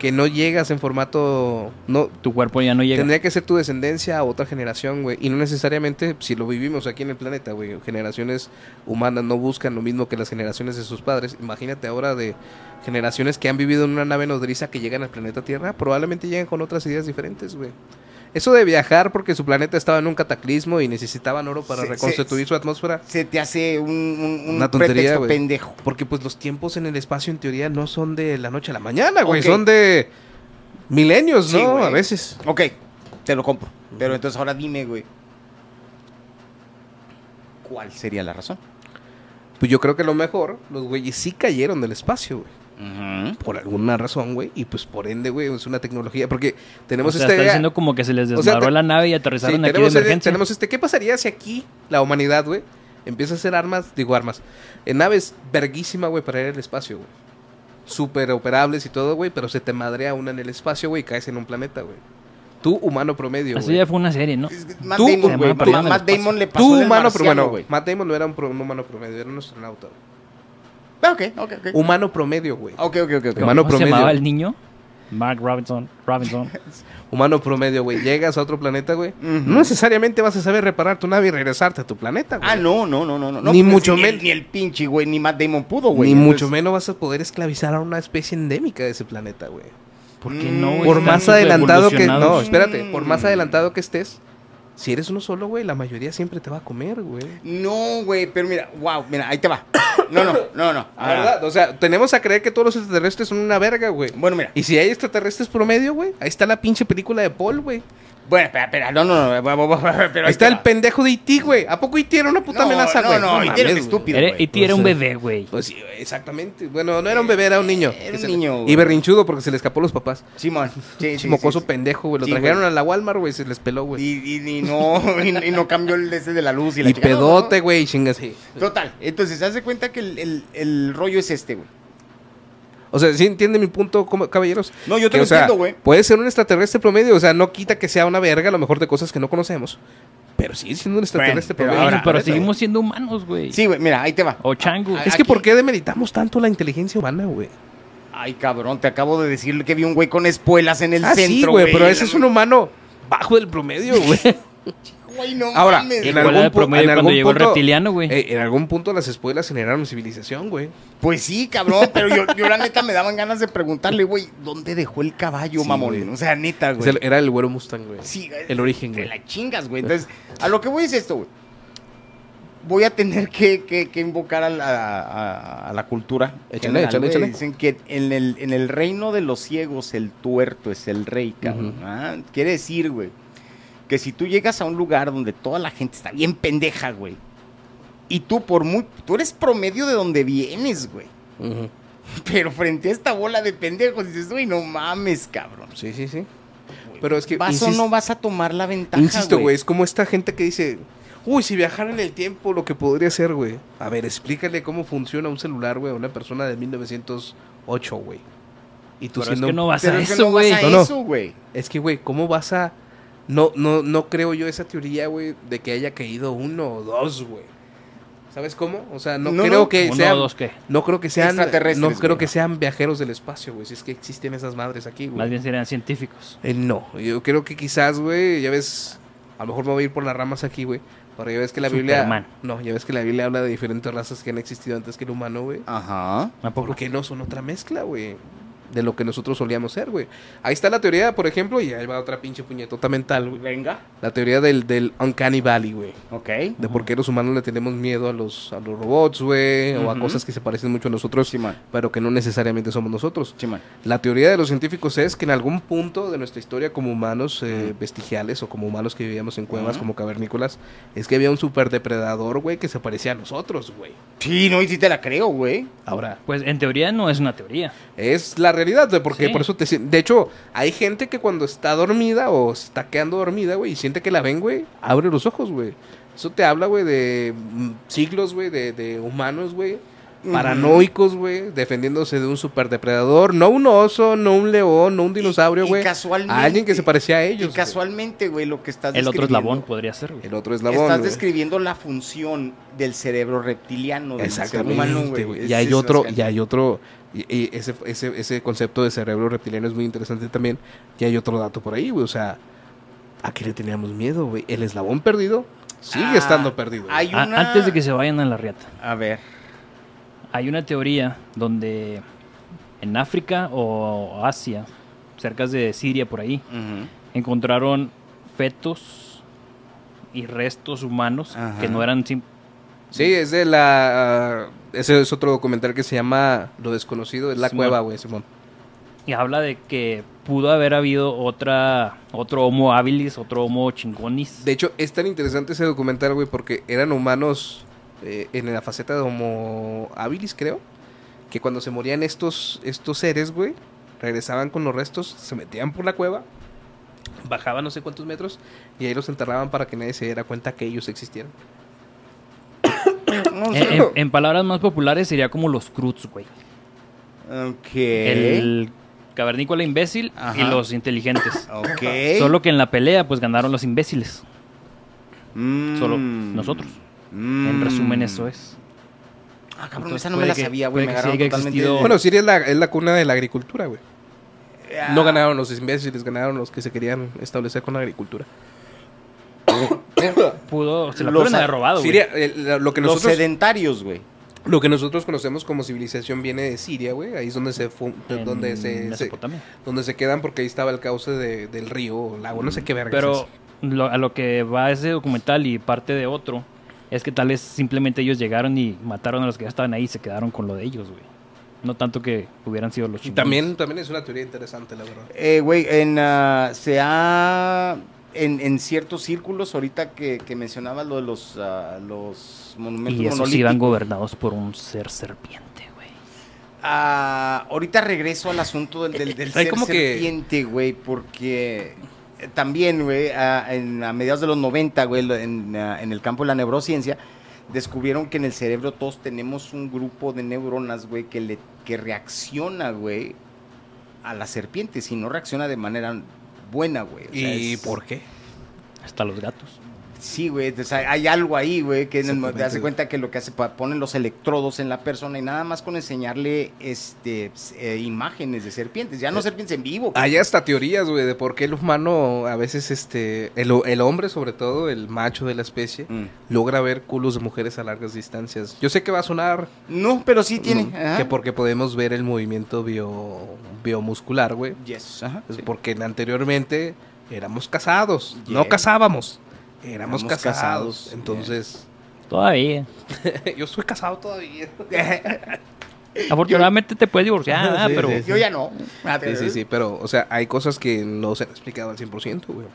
B: que no llegas en formato. No,
C: Tu cuerpo ya no llega.
B: Tendría que ser tu descendencia a otra generación, güey. Y no necesariamente si lo vivimos aquí en el planeta, güey. Generaciones humanas no buscan lo mismo que las generaciones de sus padres. Imagínate ahora de generaciones que han vivido en una nave nodriza que llegan al planeta Tierra. Probablemente lleguen con otras ideas diferentes, güey. Eso de viajar porque su planeta estaba en un cataclismo y necesitaban oro para
A: Sí, sí,
B: reconstituir
A: sí.
B: su atmósfera.
A: Se te hace un, un- un
B: Una tontería,
A: pretexto
B: güey.
A: pendejo.
B: Porque pues los tiempos en el espacio en teoría no son de la noche a la mañana, güey.
A: Ok.
B: Son de milenios,
A: Sí,
B: ¿no?
A: güey.
B: a veces.
A: Ok, te lo compro. Pero entonces ahora dime, güey. ¿Cuál sería la razón?
B: Pues yo creo que lo mejor, los güeyes sí cayeron del espacio, güey. Por alguna razón, güey. Y pues por ende, güey, es una tecnología. Porque tenemos
C: o sea,
B: esta
C: está
B: idea.
C: diciendo como que se les
B: este o sea,
C: desmadró
B: te-
C: la nave y
B: Sí,
C: aterrizaron aquí de
B: tenemos,
C: emergencia.
B: tenemos este. ¿Qué pasaría si aquí la humanidad, güey, empieza a hacer armas? Digo, armas. En naves verguísima, güey, para ir al espacio, güey. Súper operables y todo, güey. Pero se te madrea una en el espacio, güey, y caes en un planeta, güey. Tú, humano promedio,
C: Eso
B: güey.
C: ya fue una serie, ¿no?
A: Es que Matt
B: Tú,
A: Damon,
C: se
A: güey.
C: llama Perdón,
A: Matt
C: el
A: Damon le pasó
B: Tú,
A: del
B: humano
A: marciano,
B: promedio.
A: güey.
B: Matt Damon no era un, pro- un humano promedio, era un astronauta. güey.
A: Ah, Ok, ok, ok.
B: Humano promedio, güey.
A: Ok, ok, ok. ok.
C: ¿Cómo,
B: Humano
C: cómo se
B: promedio.
C: llamaba el niño? Mark Robinson. Robinson.
B: humano promedio, güey. Llegas a otro planeta, güey.
A: Ujú.
B: No necesariamente vas a saber reparar tu nave y regresarte a tu planeta, güey.
A: Ah, no, no, no, no. no, no,
B: Ni
A: pues,
B: mucho
A: el-
B: menos.
A: Ni el pinche, güey, ni Matt Damon pudo, güey.
B: Ni
A: Entonces,
B: mucho menos vas a poder esclavizar a una especie endémica de ese planeta, güey.
C: Mm, ¿Por qué no? güey?
B: Por
C: Están
B: más
C: súper
B: adelantado que... No,
C: evolucionados.
B: espérate. Por más
A: Pues Mm.
B: adelantado que estés, si eres uno solo, güey, la mayoría siempre te va a comer, güey.
A: No, güey, pero mira, wow, mira, ahí te va. No, no, no, no.
B: La verdad, o sea, tenemos a creer que todos los extraterrestres son una verga, güey.
A: Bueno, mira.
B: Y si hay extraterrestres promedio, güey, ahí está la pinche película de Paul, güey.
A: Bueno, espera, espera, no, no, no. bu- bu- bu- Pero
B: Ahí está el
A: pendejo.
B: pendejo de Iti, güey. ¿A poco Iti era una puta
A: No,
B: amenaza,
A: no,
B: güey?
A: no, E.T. era un
B: mames, güey.
A: estúpido.
C: Era-
A: güey.
C: E.T. era un
B: O sea,
C: bebé, güey.
B: Pues sí, exactamente. Bueno, no era un bebé, era un niño.
A: Era
B: Que
A: un
B: se-
A: niño,
B: Y
A: güey.
B: berrinchudo porque se le escapó a los papás.
A: Simón. Sí, sí,
B: Mocoso
A: sí, sí.
B: pendejo, güey. Lo
A: Sí,
B: trajeron
A: güey.
B: a la Walmart, güey. Se les peló, güey.
A: Y, y- y no, y, y no cambió el ese de la luz y
B: Y,
A: la chingada, no,
B: pedote,
A: no.
B: güey. Chingas. Sí.
A: Total. Entonces, se hace cuenta que el, el, el rollo es este, güey.
B: O sea, ¿sí entiende mi punto, como- caballeros?
A: No, yo te
B: Que,
A: lo
B: o sea,
A: entiendo, güey.
B: Puede ser un extraterrestre promedio. O sea, no quita que sea una verga, a lo mejor de cosas que no conocemos. Pero sigue siendo un extraterrestre
A: pero
C: Pero,
B: promedio.
A: ahora-
C: pero
B: Neta,
C: seguimos siendo humanos, güey.
A: Sí, Ah, güey, mira, ahí te
B: Oh.
A: va.
C: O chango.
B: güey. Es que, ¿por qué demeritamos tanto la inteligencia humana, güey?
A: Ay, cabrón, te acabo de decir que vi un güey con espuelas en el
B: Ah,
A: centro,
B: sí, güey. Pero ese es un humano bajo del promedio, güey.
A: Güey, no
B: Ahora,
A: mames,
B: en
A: güey.
C: Igual
B: algún
C: de
B: pu-
C: promedio
B: en
C: cuando
B: algún
C: llegó el
B: punto-
C: reptiliano, güey.
B: Eh, en algún punto las espuelas generaron civilización, güey.
A: Pues sí, cabrón, pero yo, yo la neta me daban ganas de preguntarle, güey, ¿dónde dejó el caballo,
B: Sí,
A: mamón?
B: güey.
A: O sea,
C: Ah,
A: neta,
B: O sea,
A: güey.
B: Era el güero Mustang, güey.
A: Sí,
B: El origen,
A: Te
B: güey.
A: la chingas, güey. Entonces, a lo que voy es esto, güey. Voy a tener que, que- que invocar a la, a- a la cultura.
B: Échale, échale,
A: güey.
B: échale.
A: Dicen que en el, en el reino de los ciegos el tuerto es el rey, cabrón.
B: Ujú.
A: ¿ah? Quiere decir, güey, que si tú llegas a un lugar donde toda la gente está bien pendeja, güey, y tú por muy... Tú eres promedio de donde vienes, güey.
B: Ujú.
A: Pero frente a esta bola de pendejos dices, güey, no mames, cabrón.
B: Sí, sí, sí. Pero es que.
A: ¿Vas
B: insis-
A: o no vas a tomar la ventaja,
B: Insisto, güey, es como esta gente que dice. Uy, si viajara en el tiempo, lo que podría ser, güey. A ver, explícale cómo funciona un celular, güey, a una persona de 1908, güey. Y tú
C: Pero es
B: siendo.
C: que no vas
A: Pero
C: a
A: es que
C: eso,
A: no vas
C: güey.
A: a
B: No, no.
A: eso, güey.
B: Es que, güey, ¿cómo vas a.? No, no, no creo yo esa teoría, güey, de que haya caído uno o dos, güey. ¿Sabes cómo? O sea, no,
A: No,
B: creo
A: no.
B: que
C: Uno
B: sea.
C: o dos, ¿qué?
B: No creo que sean
A: Extraterrestres,
B: No
A: güey.
B: creo que sean viajeros del espacio, güey. Si es que existen esas madres aquí, güey.
C: Más bien serían científicos.
B: Eh, no, yo creo que quizás, güey, ya ves, a lo mejor me voy a ir por las ramas aquí, güey. Pero ya ves que la
C: Superman.
B: Biblia. No, ya ves que la Biblia habla de diferentes razas que han existido antes que el humano, güey.
A: Ajá.
C: ¿A poco?
B: ¿Por qué no son otra mezcla, güey? De lo que nosotros solíamos ser, güey. Ahí está la teoría, por ejemplo, y ahí va otra pinche puñetota mental, güey.
A: Venga.
B: La teoría del, del Uncanny Valley, güey.
A: Ok.
B: De por qué los humanos le tenemos miedo a los, a los robots, güey, o a
A: Ujú.
B: cosas que se parecen mucho a nosotros,
A: Simón.
B: pero que no necesariamente somos nosotros.
A: Chimán.
B: La teoría de los científicos es que en algún punto de nuestra historia como humanos eh, vestigiales o como humanos que vivíamos en cuevas
A: Ujú.
B: como cavernícolas, es que había un superdepredador, güey, que se parecía a nosotros, güey.
A: Sí, no, y sí te la creo, güey.
B: Ahora,
C: Pues en teoría no es una teoría.
B: es la realidad, güey, porque
C: Sí.
B: por eso te... sien- De hecho, hay gente que cuando está dormida o se está quedando dormida, güey, y siente que la ven, güey, abre los ojos, güey. Eso te habla, güey, de mm, siglos, güey, de, de humanos, güey, paranoicos, güey, defendiéndose de un superdepredador, no un oso, no un león, no un dinosaurio,
A: y
B: güey.
A: casualmente-
B: A alguien que se parecía a ellos.
A: Y
B: güey.
A: casualmente, güey, lo que estás
C: El otro
A: describiendo-
C: eslabón pues. podría ser, güey.
B: El otro eslabón.
A: Estás
B: güey.
A: describiendo la función del cerebro reptiliano del ser humano,
B: Exactamente,
A: güey.
B: güey.
A: Es-
B: Y hay
A: es
B: otro, y
A: fascinante.
B: hay otro, y, y ese, ese, ese concepto de cerebro reptiliano es muy interesante también. Y hay otro dato por ahí, güey. O sea, ¿a qué le teníamos miedo, güey? El eslabón perdido sigue
A: Ah,
B: estando perdido. güey.
A: hay
C: A-
A: una-
C: Antes de que se vayan a la riata.
A: A ver.
C: Hay una teoría donde en África o Asia, cerca de Siria por ahí,
A: ujú.
C: encontraron fetos y restos humanos
A: Ajá.
C: que no eran sim-
B: Sí, es de la. ah, ese es otro documental que se llama Lo desconocido, es la
C: Simón.
B: cueva, güey, Simón.
C: y habla de que pudo haber habido otra otro Homo habilis, otro Homo chingonis.
B: De hecho, es tan interesante ese documental, güey, porque eran humanos eh, en la faceta de Homo habilis, creo, que cuando se morían estos, estos seres, güey, regresaban con los restos, se metían por la cueva, bajaban no sé cuántos metros y ahí los enterraban para que nadie se diera cuenta que ellos existieron.
A: No
C: Eh, En,
A: sé.
C: en- en palabras más populares sería como los Cruz, güey.
A: Ok.
C: El cavernícola imbécil y
A: Ajá.
C: los inteligentes.
A: Ok.
C: Solo que en la pelea pues ganaron los imbéciles.
A: Mm.
C: solo nosotros.
A: Mm.
C: En resumen eso es.
A: Ah, cabrón,
C: Entonces,
A: esa no me
C: puede
A: la
C: que-
A: sabía, güey.
C: puede
A: Me
C: que sí
A: agarraron
C: haya
A: totalmente...
C: existido-
B: Bueno, Siria es la, es la cuna de la agricultura, güey.
A: Ah,
B: No ganaron los imbéciles, ganaron los que se querían establecer con la agricultura.
C: Pudo, se la
A: Los
C: pudieron
A: a-
C: haber robado, güey.
B: Siria, eh, la- lo que
A: Los
B: nosotros...
A: sedentarios, güey.
B: Lo que nosotros conocemos como civilización viene de Siria, güey. Ahí es donde se, fu-
C: en
B: donde se, se-
C: Mesopotamia.
B: donde se quedan porque ahí estaba el cauce de- del río o lago, no sé qué verga.
C: Pero lo- a lo que va ese documental y parte de otro es que tal vez simplemente ellos llegaron y mataron a los que ya estaban ahí y se quedaron con lo de ellos, güey. No tanto que hubieran sido los chingones.
B: también, también es una teoría interesante, la verdad.
A: Eh, güey, en, ah, se ha... En, en ciertos círculos, ahorita que, que mencionabas lo de los, ah, los monumentos
C: Y esos
A: monolíticos.
C: iban gobernados por un ser serpiente, güey.
A: Ah, ahorita regreso al asunto del, del, del
B: Eh, Hay
A: ser
B: como que-
A: serpiente, güey, porque eh, también, güey, ah, en- a mediados de los 90, güey, lo- en, ah, en el campo de la neurociencia, descubrieron que en el cerebro todos tenemos un grupo de neuronas, güey, que, le- que reacciona, güey, a la serpiente, si no reacciona de manera buena, güey. O sea,
B: ¿Y
A: es-
B: por qué?
C: Hasta los gatos.
A: Sí, güey, o sea, hay algo ahí, güey, que en el, mo- te das
B: Exactamente.
A: cuenta que lo que hace, pa- ponen los electrodos en la persona y nada más con enseñarle este ps- eh, imágenes de serpientes, ya no
B: Eh,
A: serpientes en vivo.
B: Hay hasta teorías, güey, de por qué el humano, a veces, este, el, ho- el hombre, sobre todo, el macho de la especie,
A: Mm.
B: logra ver culos de mujeres a largas distancias. Yo sé que va a sonar
A: No, pero sí tiene.
B: mm,
A: ajá.
B: que porque podemos ver el movimiento bio, biomuscular, güey.
A: Yes, ajá,
B: Pues
A: sí.
B: Porque anteriormente éramos casados,
A: Yeah.
B: no casábamos, éramos,
A: Éramos
B: casados.
A: casados, yeah.
B: Entonces,
C: Todavía.
B: yo estoy casado todavía.
C: Afortunadamente te puedes divorciar,
B: Ajá,
C: ah,
B: sí,
C: pero
B: sí,
A: Yo ya no. A
B: Sí,
A: ver,
B: sí, sí, pero, o sea, hay cosas que no se han explicado al 100%, güey.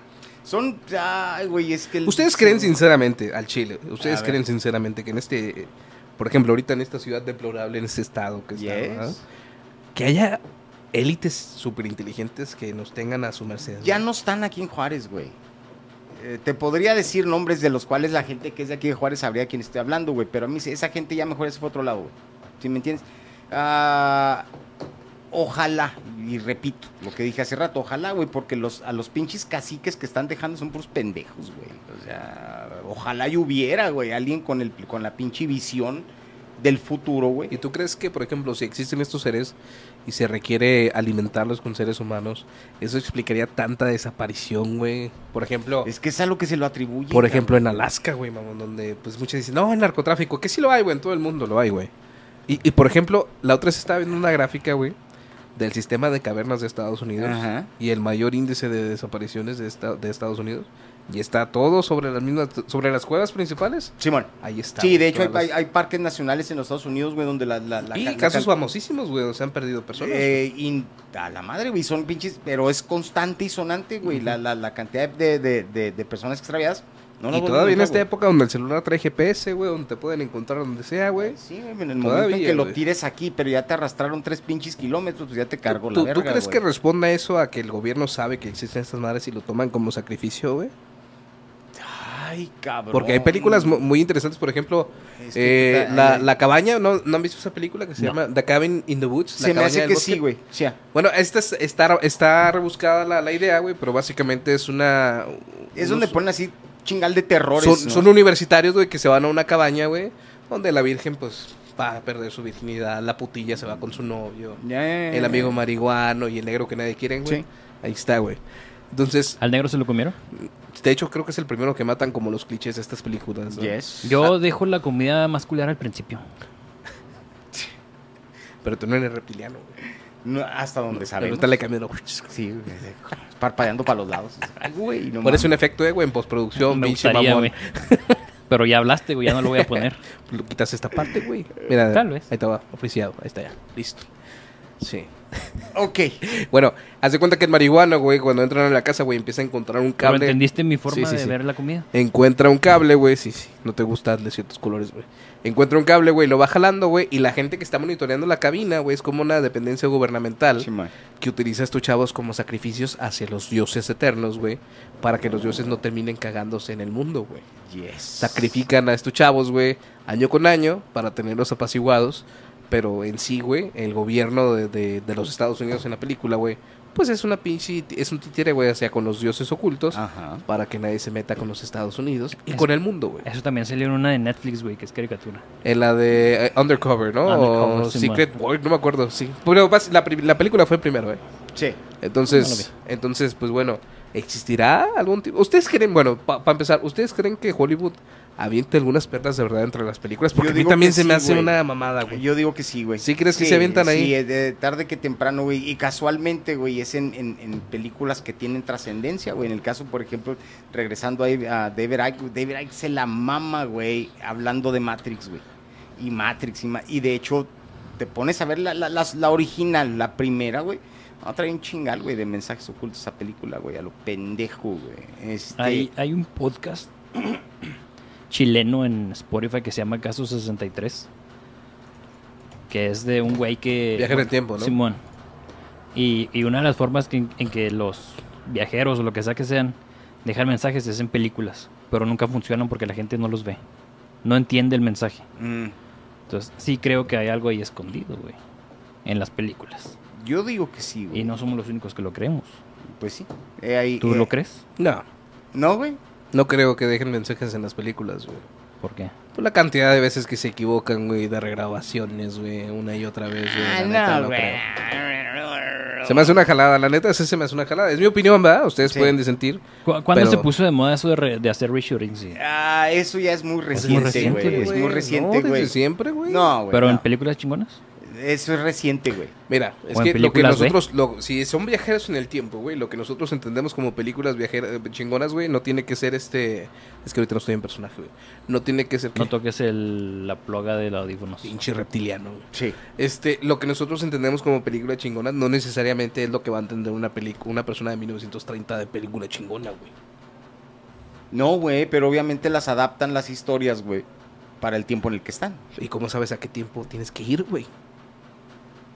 A: Son. Ay, güey, es que. el-
B: Ustedes creen
A: sí.
B: sinceramente, al Chile, ustedes
A: A ver.
B: creen sinceramente que en este, por ejemplo, ahorita en esta ciudad deplorable, en este estado que está, ¿verdad?
A: Yes.
B: que haya élites súper inteligentes que nos tengan a su merced.
A: Ya
B: güey.
A: no están aquí en Juárez, güey. Eh, te podría decir nombres de los cuales la gente que es de aquí de Juárez sabría a quién estoy hablando, güey. Pero a mí se- esa gente ya mejor se fue a otro lado, güey. ¿Sí me entiendes? Ah, ojalá, y repito lo que dije hace rato, ojalá, güey, porque los, a los pinches caciques que están dejando son puros pendejos, güey. O sea, ojalá y hubiera, güey, alguien con, el, con la pinche visión del futuro, güey.
B: ¿Y tú crees que, por ejemplo, si existen estos seres y se requiere alimentarlos con seres humanos, eso explicaría tanta desaparición, güey? Por ejemplo,
A: Es que es algo que se lo atribuye.
B: por ejemplo en Alaska, güey, mamón, donde pues muchos dicen, no, el narcotráfico, que sí lo hay, güey, en todo el mundo lo hay, güey. Y, y, por ejemplo, la otra se estaba viendo una gráfica, güey, del sistema de cavernas de Estados Unidos
A: Ajá.
B: y el mayor índice de desapariciones de, esta- de Estados Unidos. Y está todo sobre las mismas, sobre las cuevas principales.
A: Simón.
B: Ahí está.
A: Sí,
B: güey,
A: de hecho hay,
B: todas
A: hay-
B: las-
A: hay parques nacionales en los Estados Unidos, güey, donde la... la, la
B: y
A: ca- la
B: casos
A: ca-
B: famosísimos, güey, donde se han perdido personas.
A: eh, in- a la madre, güey, son pinches, pero es constante y sonante, güey, la, la, la cantidad de, de, de, de personas extraviadas. No la
B: y
A: vuelvo
B: todavía en
A: nunca,
B: este esta
A: güey.
B: época donde el celular trae GPS, güey, donde te pueden encontrar donde sea, güey.
A: Sí, güey, en el momento en
B: Todavía,
A: que lo
B: güey.
A: tires aquí, pero ya te arrastraron tres pinches kilómetros, pues ya te cargó
B: ¿Tú,
A: la
B: tú
A: verga,
B: crees que
A: güey.
B: responda eso a que el gobierno sabe que existen estas madres y lo toman como sacrificio, güey?
A: Ay, cabrón.
B: Porque hay películas mu- muy interesantes, por ejemplo,
A: Es que
B: eh,
A: puta,
B: la,
A: eh,
B: la Cabaña, ¿no, ¿no han visto esa película que se
C: No.
B: llama The Cabin in the Woods?
A: Se
B: La
A: me
B: cabaña
A: hace
B: del
A: que
B: bosque?
A: sí, güey. Sí, ah.
B: Bueno, esta es- está, está rebuscada la, la idea, güey, pero básicamente es una...
A: Es
B: unos-
A: donde ponen así chingal de terrores.
B: son,
A: ¿no?
B: son universitarios, güey, que se van a una cabaña, güey, donde la virgen, pues, va a perder su virginidad, la putilla se va con su novio,
A: Ya, ya, ya,
C: Eh.
B: el
A: ya.
B: amigo marihuano y el negro que nadie quiere, güey.
A: Sí.
B: Ahí está, güey. Entonces,
C: ¿Al negro se lo comieron?
B: de hecho, creo que es el primero que matan como los clichés de estas películas. ¿no?
A: Yes.
C: Yo dejo la comida masculina al principio.
B: Pero tú no eres reptiliano, güey.
A: No, hasta donde
B: Pero
A: sabemos.
B: ahorita le cambiaron.
A: Sí, güey, parpadeando para los lados. Ay, güey, no
B: Pones un
A: mames.
B: efecto, eh, güey, en postproducción,
C: Me
B: pinche
C: gustaría,
B: mamón.
C: güey. Pero ya hablaste, güey, ya no lo voy a poner.
B: Lo Quitas esta parte, güey. Mira,
C: Eh, Tal vez.
B: ahí te va, oficiado, ahí está ya, listo. Sí.
A: Ok.
B: Bueno, haz de cuenta que el marihuano, güey, cuando entran a la casa, güey, empieza a encontrar un
C: ¿Pero
B: cable.
C: entendiste mi forma
B: Sí, sí,
C: de
B: sí.
C: ver la comida?
B: Encuentra un cable, güey. Sí, sí. No te gustan de ciertos colores, güey. Encuentra un cable, güey. Lo va jalando, güey. Y la gente que está monitoreando la cabina, güey, es como una dependencia gubernamental
A: Chimay.
B: que utiliza a estos chavos como sacrificios hacia los dioses eternos, güey. Para que los dioses no terminen cagándose en el mundo, güey.
A: Yes.
B: Sacrifican a estos chavos, güey, año con año para tenerlos apaciguados. Pero en sí, güey, el gobierno de, de- de los Estados Unidos en la película, güey, pues es una pinche. Es un títere, güey, o sea, con los dioses ocultos
A: Ajá.
B: para que nadie se meta con los Estados Unidos y
C: Es-
B: con el mundo,
A: Eh.
B: güey.
C: Eso también salió en una de Netflix, güey, que es caricatura.
B: En la de eh, Undercover, ¿no?
C: Undercover,
B: o
C: sí,
B: Secret World, no me acuerdo, sí. Pero bas- la, pri- la película fue primero, güey.
A: Sí.
B: Entonces, entonces, pues bueno, ¿existirá algún tipo? ¿Ustedes creen, bueno, para empezar, ¿ustedes creen que Hollywood aviente algunas perlas de verdad entre las películas? Porque
A: Yo
B: a mí
A: digo
B: también
A: que
B: se me
A: sí,
B: hace
A: güey.
B: una mamada, güey.
A: Yo digo que sí, güey.
B: ¿Sí crees que se avientan ahí?
A: Sí, eh, de tarde que temprano, güey. Y casualmente, güey, es en, en- en películas que tienen trascendencia, güey. En el caso, por ejemplo, regresando ahí a David Icke, güey, David Icke se la mama, güey, hablando de Matrix, güey. Y Matrix, y, ma- y de hecho, te pones a ver la, la- las- la original, la primera, güey. No, trae un chingal, güey, de mensajes ocultos esa película, güey, a lo pendejo, güey. Este,
C: Hay, hay un podcast chileno en Spotify que se llama Caso 63. Que es de un güey que.
B: Viaja en el tiempo, ¿no?
C: Simón. Y, y una de las formas que- en que los viajeros o lo que sea que sean dejan mensajes es en películas. Pero nunca funcionan porque la gente no los ve. No entiende el mensaje.
A: mm,
C: Entonces, sí creo que hay algo ahí escondido, güey. En las películas.
A: yo digo que sí, güey.
C: Y no somos los únicos que lo creemos.
A: Pues sí. Eh, ahí,
C: ¿Tú
A: eh,
C: lo crees?
B: No,
A: No, güey.
B: no creo que dejen mensajes en las películas, güey.
C: ¿Por qué?
B: Por la cantidad de veces que se equivocan, güey, de regrabaciones, güey, una y otra vez, güey. la
A: Ah,
B: neta,
A: no,
B: no
A: güey.
B: creo. Se me hace una jalada, la neta, sí se me hace una jalada. Es mi opinión, ¿verdad? Ustedes
A: Sí.
B: pueden disentir.
C: ¿Cu- ¿Cuándo
B: Pero-
C: se puso de moda eso de, re- de hacer reshootings? y-
A: Ah, eso ya es muy reciente,
C: reciente,
A: güey. Es muy reciente,
B: No,
A: güey.
B: desde siempre, güey.
A: No, güey.
C: ¿Pero en
A: no.
C: películas chingonas?
A: Eso es reciente, güey.
B: Mira, es que
C: en
B: lo que
C: películas, güey.
B: nosotros, lo- si son viajeros en el tiempo, güey, lo que nosotros entendemos como películas viajeras eh, chingonas, güey, no tiene que ser este... Es que ahorita no estoy en personaje, güey. No tiene que ser...
C: No toques el- la ploga del audífonos.
B: Pinche reptiliano, güey.
A: Sí.
B: Este, lo que nosotros entendemos como película chingona no necesariamente es lo que va a entender una película, una persona de 1930 de película chingona, güey.
A: No, güey, pero obviamente las adaptan las historias, güey, para el tiempo en el que están.
B: ¿Y cómo sabes a qué tiempo tienes que ir, güey?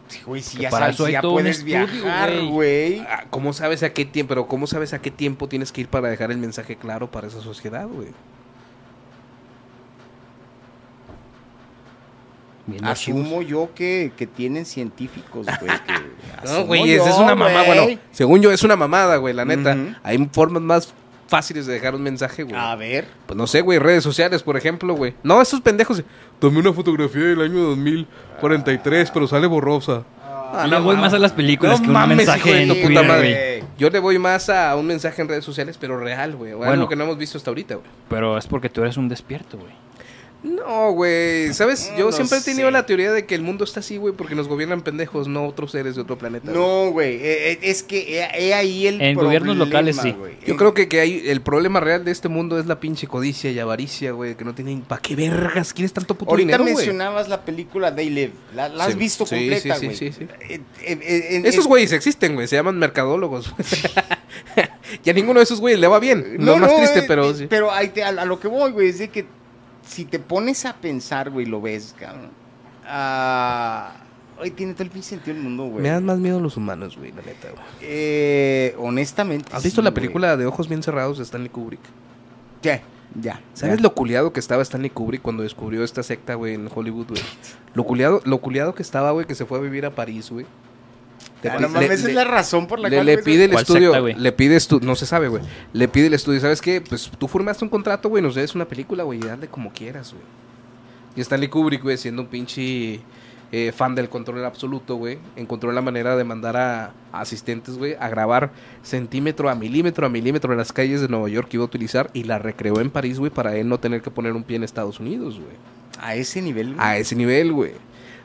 A: Sí, güey, si
C: Que
A: ya
C: para
A: sabes,
C: eso
A: si
C: hay
A: ya
C: todo un
A: puedes
C: estudio,
A: viajar,
C: güey.
A: güey.
B: Ah, ¿Cómo sabes a qué tiempo? Pero ¿cómo sabes a qué tiempo tienes que ir para dejar el mensaje claro para esa sociedad, güey?
C: Bien archivos.
A: Asumo yo que, que tienen científicos, güey. que- asumo
B: No, güey,
A: yo,
B: esa es una mamada.
A: güey.
B: Bueno, según yo, es una mamada, güey, la neta.
A: Ujú.
B: Hay formas más fáciles de dejar un mensaje, güey.
A: A ver.
B: Pues no sé, güey, redes sociales, por ejemplo, güey. No, esos pendejos. Tomé una fotografía del año 2043, pero sale borrosa. Ah,
C: Yo le
A: Ah,
C: voy más a las películas
B: No
C: que un
B: mames, hijo
C: mensaje
B: de
C: en
B: tu
C: tu
B: puta
C: vida,
B: madre.
C: güey.
B: Yo le voy más a un mensaje en redes sociales, pero real, güey. o
C: Bueno.
B: Algo que no hemos visto hasta ahorita, güey.
C: Pero es porque tú eres un despierto, güey.
B: No, güey. ¿Sabes? Yo
A: No
B: siempre he tenido
A: sé.
B: la teoría de que el mundo está así, güey, porque nos gobiernan pendejos, no otros seres de otro planeta. güey.
A: No, güey. eh, eh, es que he, he ahí el
C: En gobiernos
A: problema,
C: locales, sí.
A: güey.
B: Yo creo que, que hay, el problema real de este mundo es la pinche codicia y avaricia, güey, que no tienen... ¿Para qué vergas quieres tanto puto
A: Ahorita
B: dinero, güey?
A: mencionabas la película They Live. La, la has
B: Sí.
A: visto
B: Sí,
A: completa,
B: sí,
A: güey.
B: sí, sí, sí.
A: Eh, eh, eh, en-
B: Esos
A: en-
B: güeyes existen, güey, se llaman mercadólogos. y a ninguno de esos güeyes le va bien. No, más triste,
A: eh,
B: pero...
A: eh,
B: sí.
A: Pero ahí te- a, a lo que voy, güey, es de que si te pones a pensar, güey, lo ves, cabrón. Ah, hoy tiene todo el pinche sentido el mundo, güey.
B: Me dan más miedo los humanos, güey, la neta, güey.
A: Eh, honestamente.
B: ¿Has
A: sí,
B: visto la
A: güey.
B: película de Ojos Bien Cerrados de Stanley Kubrick?
A: ¿Qué? Ya.
B: ¿Sabes
A: ya.
B: lo culiado que estaba Stanley Kubrick cuando descubrió esta secta, güey, en Hollywood, güey? Lo culiado, lo culiado que estaba, güey, que se fue a vivir a París, güey. Le
A: Ah,
B: pi-
A: no mames,
B: le-
A: esa
B: le-
A: es la razón por la
B: le,
A: cual...
B: le
A: me-
B: pide el
C: ¿Cuál
B: estudio,
C: secta, güey?
B: le pide estudio, no se sabe, güey. Le pide el estudio, ¿sabes qué? Pues tú formaste un contrato, güey, nos debes una película, güey, y dale como quieras, güey. Y Stanley Kubrick, güey, siendo un pinche eh, fan del control absoluto, güey, encontró la manera de mandar a, a asistentes, güey, a grabar centímetro a milímetro a milímetro en las calles de Nueva York que iba a utilizar y la recreó en París, güey, para él no tener que poner un pie en Estados Unidos, güey.
A: A ese nivel. güey.
B: A ese nivel, güey.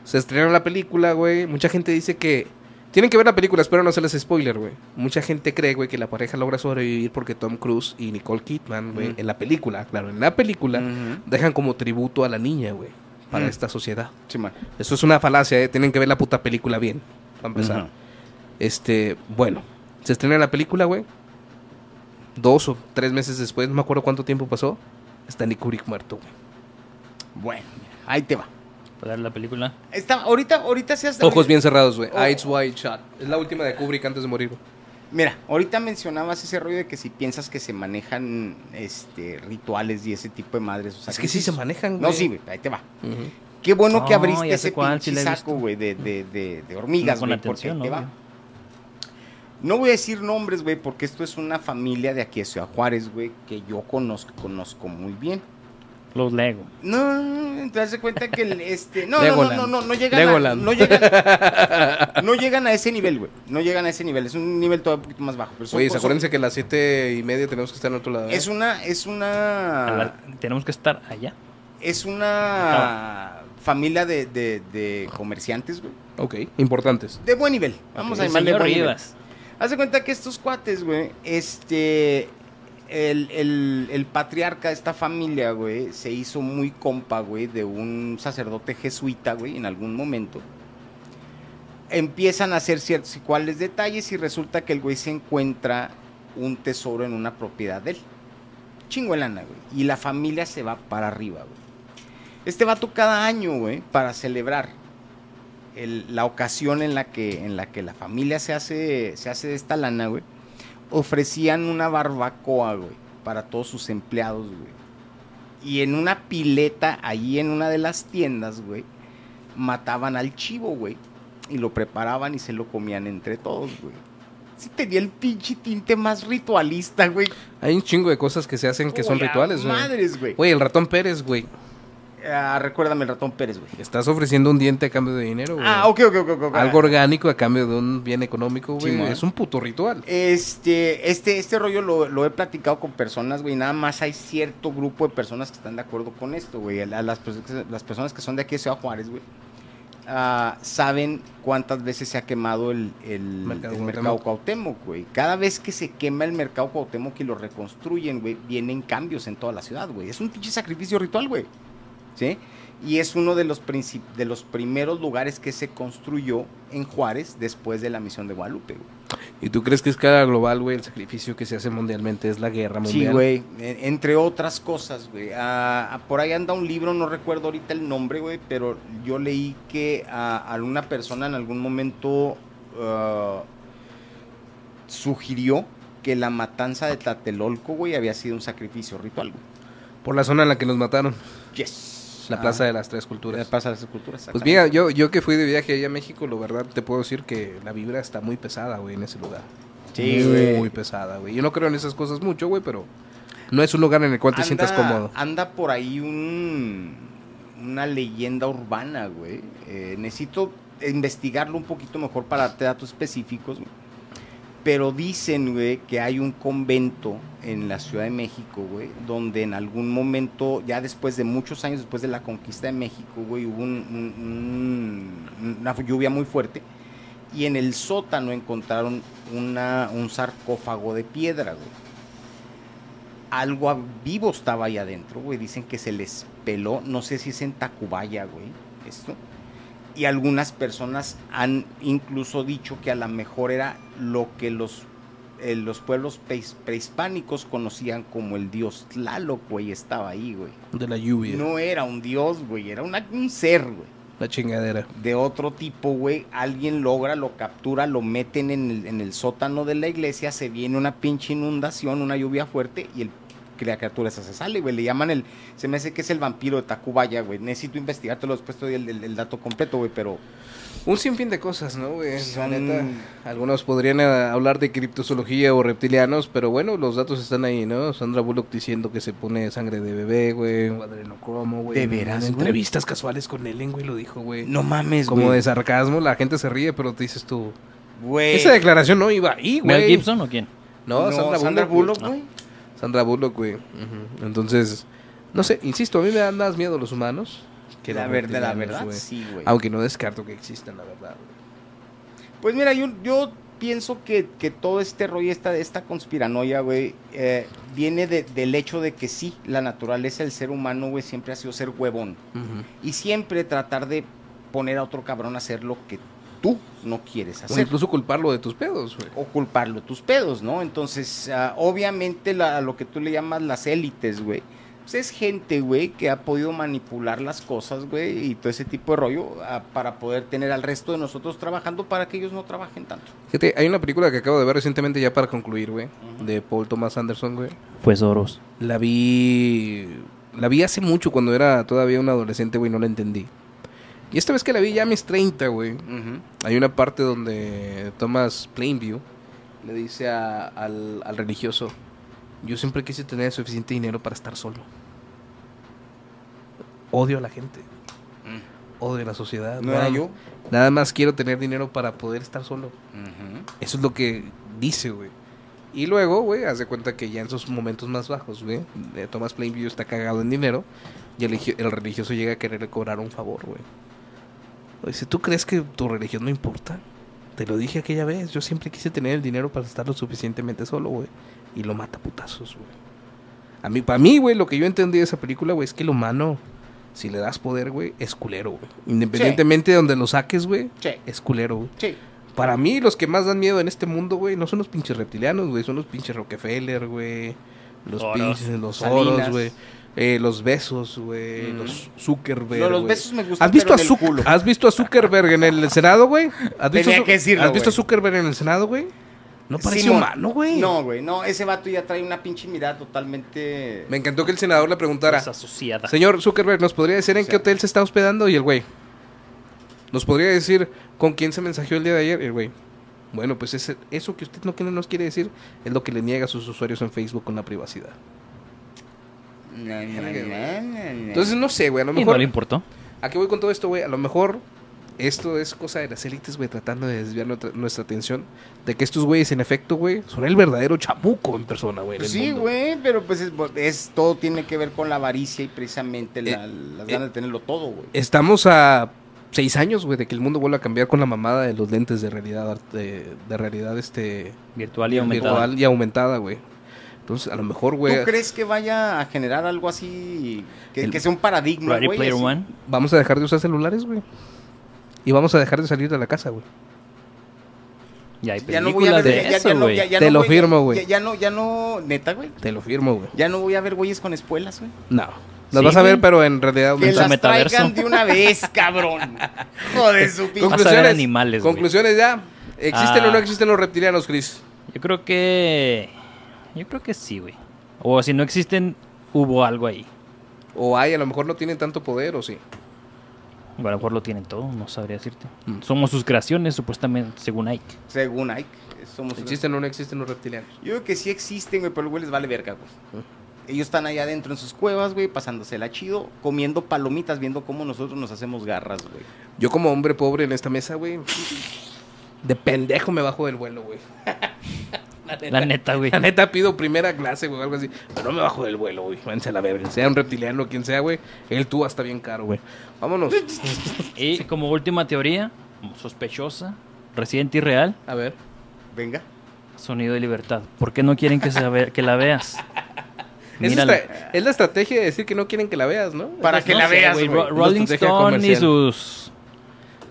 B: Se estrenaron la película, güey. Mucha gente dice que. Tienen que ver la película, espero no hacerles spoiler, güey. Mucha gente cree, güey, que la pareja logra sobrevivir porque Tom Cruise y Nicole Kidman, güey,
A: Mm.
B: en la película, claro, en la película,
A: Ujú.
B: dejan como tributo a la niña, güey, para
A: Mm.
B: esta sociedad.
A: Sí, man.
B: Eso es una falacia, ¿eh? Tienen que ver la puta película bien, para empezar.
A: Ujú.
B: Este, bueno, se estrena la película, güey. Dos o tres meses después, no me acuerdo cuánto tiempo pasó, está Nick Kubrick muerto, güey.
A: Bueno, mira, ahí te va.
C: Para dar la película.
A: Está, ahorita, ahorita se has...
B: Ojos bien cerrados, güey.
A: Oh.
B: Eyes wide shut. Es la última de Kubrick antes de morir. güey.
A: Mira, ahorita mencionabas ese rollo de que si piensas que se manejan este rituales y ese tipo de madres. O sea,
B: Es que sí se manejan,
A: No,
B: güey.
A: sí, güey, ahí te va.
B: Ujú.
A: Qué bueno que
C: Oh,
A: abriste
C: ya sé
A: ese
C: cuál, sí
A: pinche
C: la he
A: saco,
C: visto.
A: güey, de, de, de, de hormigas,
C: No, con
A: güey, porque
C: atención,
A: ahí te va.
C: obvio.
A: No voy a decir nombres, güey, porque esto es una familia de aquí de Ciudad Juárez, güey, que yo conozco, conozco muy bien.
C: Los Lego.
A: No, no, no, no, te das de cuenta que el, este, no, no, no,
B: Legoland.
A: no, no, no llegan, a,
B: Legoland.
A: no llegan, no llegan a ese nivel, güey, no llegan a ese nivel, es un nivel todavía un poquito más bajo. Pero son
B: Oye,
A: cosas-
B: acuérdense que a las siete y media tenemos que estar en otro lado. ¿eh?
A: Es una, es
C: A
A: una,
C: la- Tenemos que estar allá.
A: es una familia de, de, de comerciantes, güey,
B: Ok, importantes.
A: de buen nivel. Vamos
C: El
A: a llamarle
C: señor
A: buen nivel.
C: Rivas.
A: Haz de cuenta que estos cuates, güey, este. El, el- el patriarca de esta familia, güey, se hizo muy compa, güey, de un sacerdote jesuita, güey, en algún momento. Empiezan a hacer ciertos y cuáles detalles y resulta que el güey se encuentra un tesoro en una propiedad de él. Chingo de lana, güey. Y la familia se va para arriba, güey. Este vato cada año, güey, para celebrar el- la ocasión en la que en la que la familia se hace se hace de esta lana, güey, ofrecían una barbacoa, güey, para todos sus empleados, güey. Y en una pileta ahí en una de las tiendas, güey, mataban al chivo, güey, y lo preparaban y se lo comían entre todos, güey. Sí tenía el pinche tinte más ritualista, güey.
B: Hay un chingo de cosas que se hacen que son
A: Hola,
B: rituales, güey.
A: Madres, güey.
B: Güey, el ratón Pérez, güey.
A: Ah, recuérdame el ratón Pérez, güey.
B: Estás ofreciendo un diente a cambio de dinero, güey.
A: Ah, ok, ok, ok. ok, ok.
B: Algo orgánico a cambio de un bien económico, güey.
A: Simón.
B: es un puto ritual.
A: Este, este, este rollo lo, lo he platicado con personas, güey. Nada más hay cierto grupo de personas que están de acuerdo con esto, güey. La- Las, pers- las personas que son de aquí de Ciudad Juárez, güey, ah, saben cuántas veces se ha quemado el, el-
B: Mercado
A: el
B: Cuauhtémoc.
A: mercado Cuauhtémoc, güey. Cada vez que se quema el mercado Cuauhtémoc y lo reconstruyen, güey, vienen cambios en toda la ciudad, güey. Es un pinche sacrificio ritual, güey. ¿Sí? Y es uno de los, princip- de los primeros lugares que se construyó en Juárez después de la misión de Guadalupe, güey.
B: ¿Y tú crees que es cara global, güey? El sacrificio que se hace mundialmente es la guerra mundial.
A: Sí, güey, en- entre otras cosas, güey. Ah, ah, por ahí anda un libro, no recuerdo ahorita el nombre, güey, pero yo leí que a alguna persona en algún momento ah, sugirió que la matanza de Tlatelolco, güey, había sido un sacrificio ritual, güey.
B: Por la zona en la que nos mataron.
A: Yes.
B: La
A: Ah,
B: plaza de las tres
A: la
B: culturas.
A: plaza de las esculturas.
B: Pues mira, yo, yo que fui de viaje allá a México, lo verdad te puedo decir que la vibra está muy pesada, güey, en ese lugar.
A: Sí,
B: muy
A: güey.
B: pesada, güey. Yo no creo en esas cosas mucho, güey, pero no es un lugar en el cual te sientas cómodo.
A: Anda por ahí un, una leyenda urbana, güey. Eh, necesito investigarlo un poquito mejor para darte datos específicos. güey. Pero dicen, güey, que hay un convento en la Ciudad de México, güey, donde en algún momento, ya después de muchos años, después de la conquista de México, güey, hubo un- un- un- una lluvia muy fuerte. Y en el sótano encontraron una, un sarcófago de piedra, güey algo a- vivo estaba ahí adentro, güey. Dicen que se les peló, no sé si es en Tacubaya, güey, esto. Y algunas personas han incluso dicho que a lo mejor era lo que los, eh, los pueblos preis- prehispánicos conocían como el dios Tlaloc, güey, estaba ahí, güey.
B: De la lluvia,
A: No era un dios, güey, era una- un ser, güey
B: la chingadera.
A: de otro tipo, güey. Alguien logra, lo captura, lo meten en el, en el sótano de la iglesia, se viene una pinche inundación, una lluvia fuerte y el que la criatura esa se sale, güey. Le llaman el. Se me hace que es el vampiro de Tacubaya, güey. Necesito investigártelo después te doy el, el- el dato completo, güey, pero.
B: Un sinfín de cosas, ¿no, güey? La
A: Son-
B: neta, algunos podrían eh, hablar de criptozoología o reptilianos, pero bueno, los datos están ahí, ¿no? Sandra Bullock diciendo que se pone sangre de bebé, güey, un adrenocromo, güey.
A: ¿De
B: en-
A: veras,
B: En
A: güey?
B: entrevistas casuales con Ellen, güey, lo dijo, güey.
A: No mames,
B: Como
A: güey.
B: de sarcasmo, la gente se ríe, pero te dices tú,
A: Güey.
B: esa declaración no iba ahí, güey.
C: ¿Mel Gibson o quién?
B: No, Sandra, Bullock. güey.
A: güey.
B: Sandra Bullock, güey. Ujú. Entonces, no sé, insisto, a mí me dan más miedo los humanos que
A: la
B: los
A: verdad, la
B: reptilianos,
A: verdad,
B: güey.
A: sí, güey.
B: Aunque no descarto que existan, la verdad, güey.
A: Pues mira, yo, yo pienso que, que todo este rollo, esta, esta conspiranoia, güey, eh, viene de- del hecho de que sí, la naturaleza del ser humano, güey, siempre ha sido ser huevón. Y siempre tratar de poner a otro cabrón a hacer lo que tú no quieres
B: O
A: hacer.
B: incluso culparlo de tus pedos, güey.
A: o culparlo de tus pedos, ¿no? Entonces, ah, obviamente la, lo que tú le llamas las élites, güey, pues es gente, güey, que ha podido manipular las cosas, güey, y todo ese tipo de rollo ah, para poder tener al resto de nosotros trabajando para que ellos no trabajen tanto.
B: Fíjate, hay una película que acabo de ver recientemente ya para concluir, güey,
A: Ujú.
B: de Paul Thomas Anderson, güey.
C: Fue Soros.
B: La vi la vi hace mucho cuando era todavía un adolescente, güey, no la entendí. Y esta vez que la vi ya a mis 30, güey, hay una parte donde Thomas Plainview le dice a- al, al religioso, yo siempre quise tener suficiente dinero para estar solo. Odio a la gente,
A: Mm.
B: odio a la sociedad.
A: ¿No
B: nada
A: era
B: más-
A: yo?
B: Nada más quiero tener dinero para poder estar solo. Eso es lo que dice, güey. Y luego, güey, haz de cuenta que ya en sus momentos más bajos, güey, eh, Thomas Plainview está cagado en dinero y el, religio- el religioso llega a querer cobrar un favor, güey. Dice, ¿tú crees que tu religión no importa? Te lo dije aquella vez, yo siempre quise tener el dinero para estar lo suficientemente solo, güey. Y lo mata a putazos, güey. A mí, para mí, güey, lo que yo entendí de esa película, güey, es que el humano, si le das poder, güey, es culero, güey. Independientemente de donde lo saques, güey,
A: Sí,
B: es culero, güey.
A: sí.
B: Para mí, los que más dan miedo en este mundo, güey, no son los pinches reptilianos, güey, son los pinches Rockefeller, güey, los
C: Soros.
B: pinches, los
A: Salinas.
B: oros, güey, eh, los besos, güey,
A: Mm.
B: los Zuckerberg.
A: No, los
B: güey.
A: besos me gustan.
B: ¿Has visto,
A: pero
B: a
A: del
B: Zuc- Ah,
A: culo.
B: ¿Has visto a Zuckerberg en el Senado, güey? ¿Has visto,
A: Tenía
B: a Zu-
A: que decirlo,
B: ¿Has visto a
A: güey.
B: Zuckerberg en el Senado, güey? No parece
A: Simón.
B: humano, güey.
A: No, güey, no, ese vato ya trae una pinche mirada totalmente.
B: Me encantó que el senador le preguntara,
C: Desasociada.
B: señor Zuckerberg, ¿nos podría decir en
A: Sí.
B: qué hotel se está hospedando? Y el güey, ¿nos podría decir con quién se mensajeó el día de ayer? Y el güey, bueno, pues ese- eso que usted no que no nos quiere decir es lo que le niega a sus usuarios en Facebook con la privacidad.
A: Na, na, na, na, na.
B: Entonces, no sé, güey, a lo
C: Y no
B: mejor...
C: le importó.
B: ¿A qué voy con todo esto, güey? A lo mejor esto es cosa de las élites, güey, tratando de desviar nuestra, nuestra atención de que estos güeyes, en efecto, güey, son el verdadero chamuco en persona, güey. en el
A: Sí,
B: mundo.
A: güey, pero pues es, es- todo tiene que ver con la avaricia y precisamente la-
B: Eh,
A: las
B: eh.
A: ganas de tenerlo todo, güey.
B: Estamos a seis años, güey, de que el mundo vuelva a cambiar con la mamada de los lentes de realidad, art- de, de realidad, este,
C: Virtual y aumentada.
B: virtual y aumentada, güey. Entonces, a lo mejor,
A: ¿Tú
B: güey, eh.
A: crees que vaya a generar algo así? Que,
B: El-
A: que sea un paradigma,
C: Ready
A: güey.
C: Player
A: así?
C: One.
B: vamos a dejar de usar celulares, güey. Y vamos a dejar de salir de la casa, güey.
C: Ya hay películas
A: Ya no voy a ver.
C: de
A: ya- ya- ya
C: eso,
A: no-
C: güey.
A: ya- ya
B: Te
A: no
B: lo
A: voy-
B: firmo, güey.
A: Ya, ya no, ya no, neta, güey.
B: Te lo firmo, güey.
A: Ya no voy a ver güeyes con espuelas, güey.
B: No. Las
C: Sí,
B: vas a ver,
C: güey.
B: pero en realidad
A: Que
B: aumentada.
A: las
C: Mensaje metaverso.
A: traigan de una vez, cabrón. Joder, su pinche.
C: Vas a ver animales, güey.
B: conclusiones ya. ¿Existen
C: Ah.
B: o no existen los reptilianos, Chris?
C: Yo creo que. Yo creo que sí, güey. O si no existen, hubo algo ahí.
B: O hay, a lo mejor no tienen tanto poder, o sí.
C: A lo mejor lo tienen todo, no sabría decirte.
B: Mm.
C: Somos sus creaciones, supuestamente, según Ike.
A: Según Ike, somos unos-
B: ¿Existen o no existen los reptilianos?
A: Yo creo que sí existen, güey, pero los güey les vale verga, güey. Ellos están allá adentro en sus cuevas, güey, pasándosela chido, comiendo palomitas, viendo cómo nosotros nos hacemos garras, güey.
B: Yo como hombre pobre en esta mesa, güey, de pendejo me bajo del vuelo, güey.
C: La neta, güey.
B: La neta pido primera clase, güey, algo así. Pero no me bajo del vuelo, güey. Váyanse a la verga. Sea un reptiliano, quien sea, güey. El tú está bien caro, güey. Vámonos.
C: Y como última teoría, sospechosa, reciente y real,
B: A ver.
A: Venga.
C: sonido de libertad. ¿Por qué no quieren que, se ve- que la veas?
B: Es,
C: Mírala. Pues
B: estra- es la estrategia de decir que no quieren que la veas, ¿no?
A: Para
B: Es
A: que
B: Pues no
A: la
B: sé,
A: veas,
B: güey.
A: güey.
C: Ro- Rolling
B: Estrategia
C: Stone y
B: comercial.
C: sus.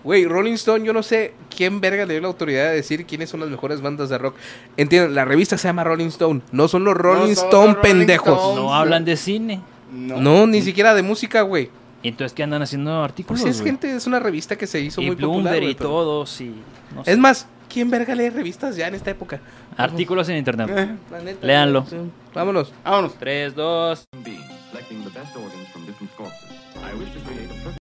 B: Güey, Rolling Stone, yo no sé quién verga le dio la autoridad de decir quiénes son las mejores bandas de rock. Entienden, la revista se llama Rolling Stone. No son los Rolling
A: son los
B: Stone
A: Rolling
B: pendejos.
A: Stones.
C: No hablan de cine.
A: No.
B: No. ni siquiera de música, güey.
C: ¿Y entonces qué andan haciendo artículos?
B: Pues es
C: güey?
B: gente, es una revista que se hizo
C: y
B: muy
C: Bloomberg
B: popular. güey,
C: y
B: pero-
C: todos. Y, no sé.
B: Es más, ¿Quién verga lee revistas ya en esta época?
C: Artículos en internet.
B: La neta,
C: Léanlo.
B: sí. Vámonos.
A: Vámonos.
C: 3, 2.
D: B. Selecting the best organs from different corpses. I wish to create a perfect.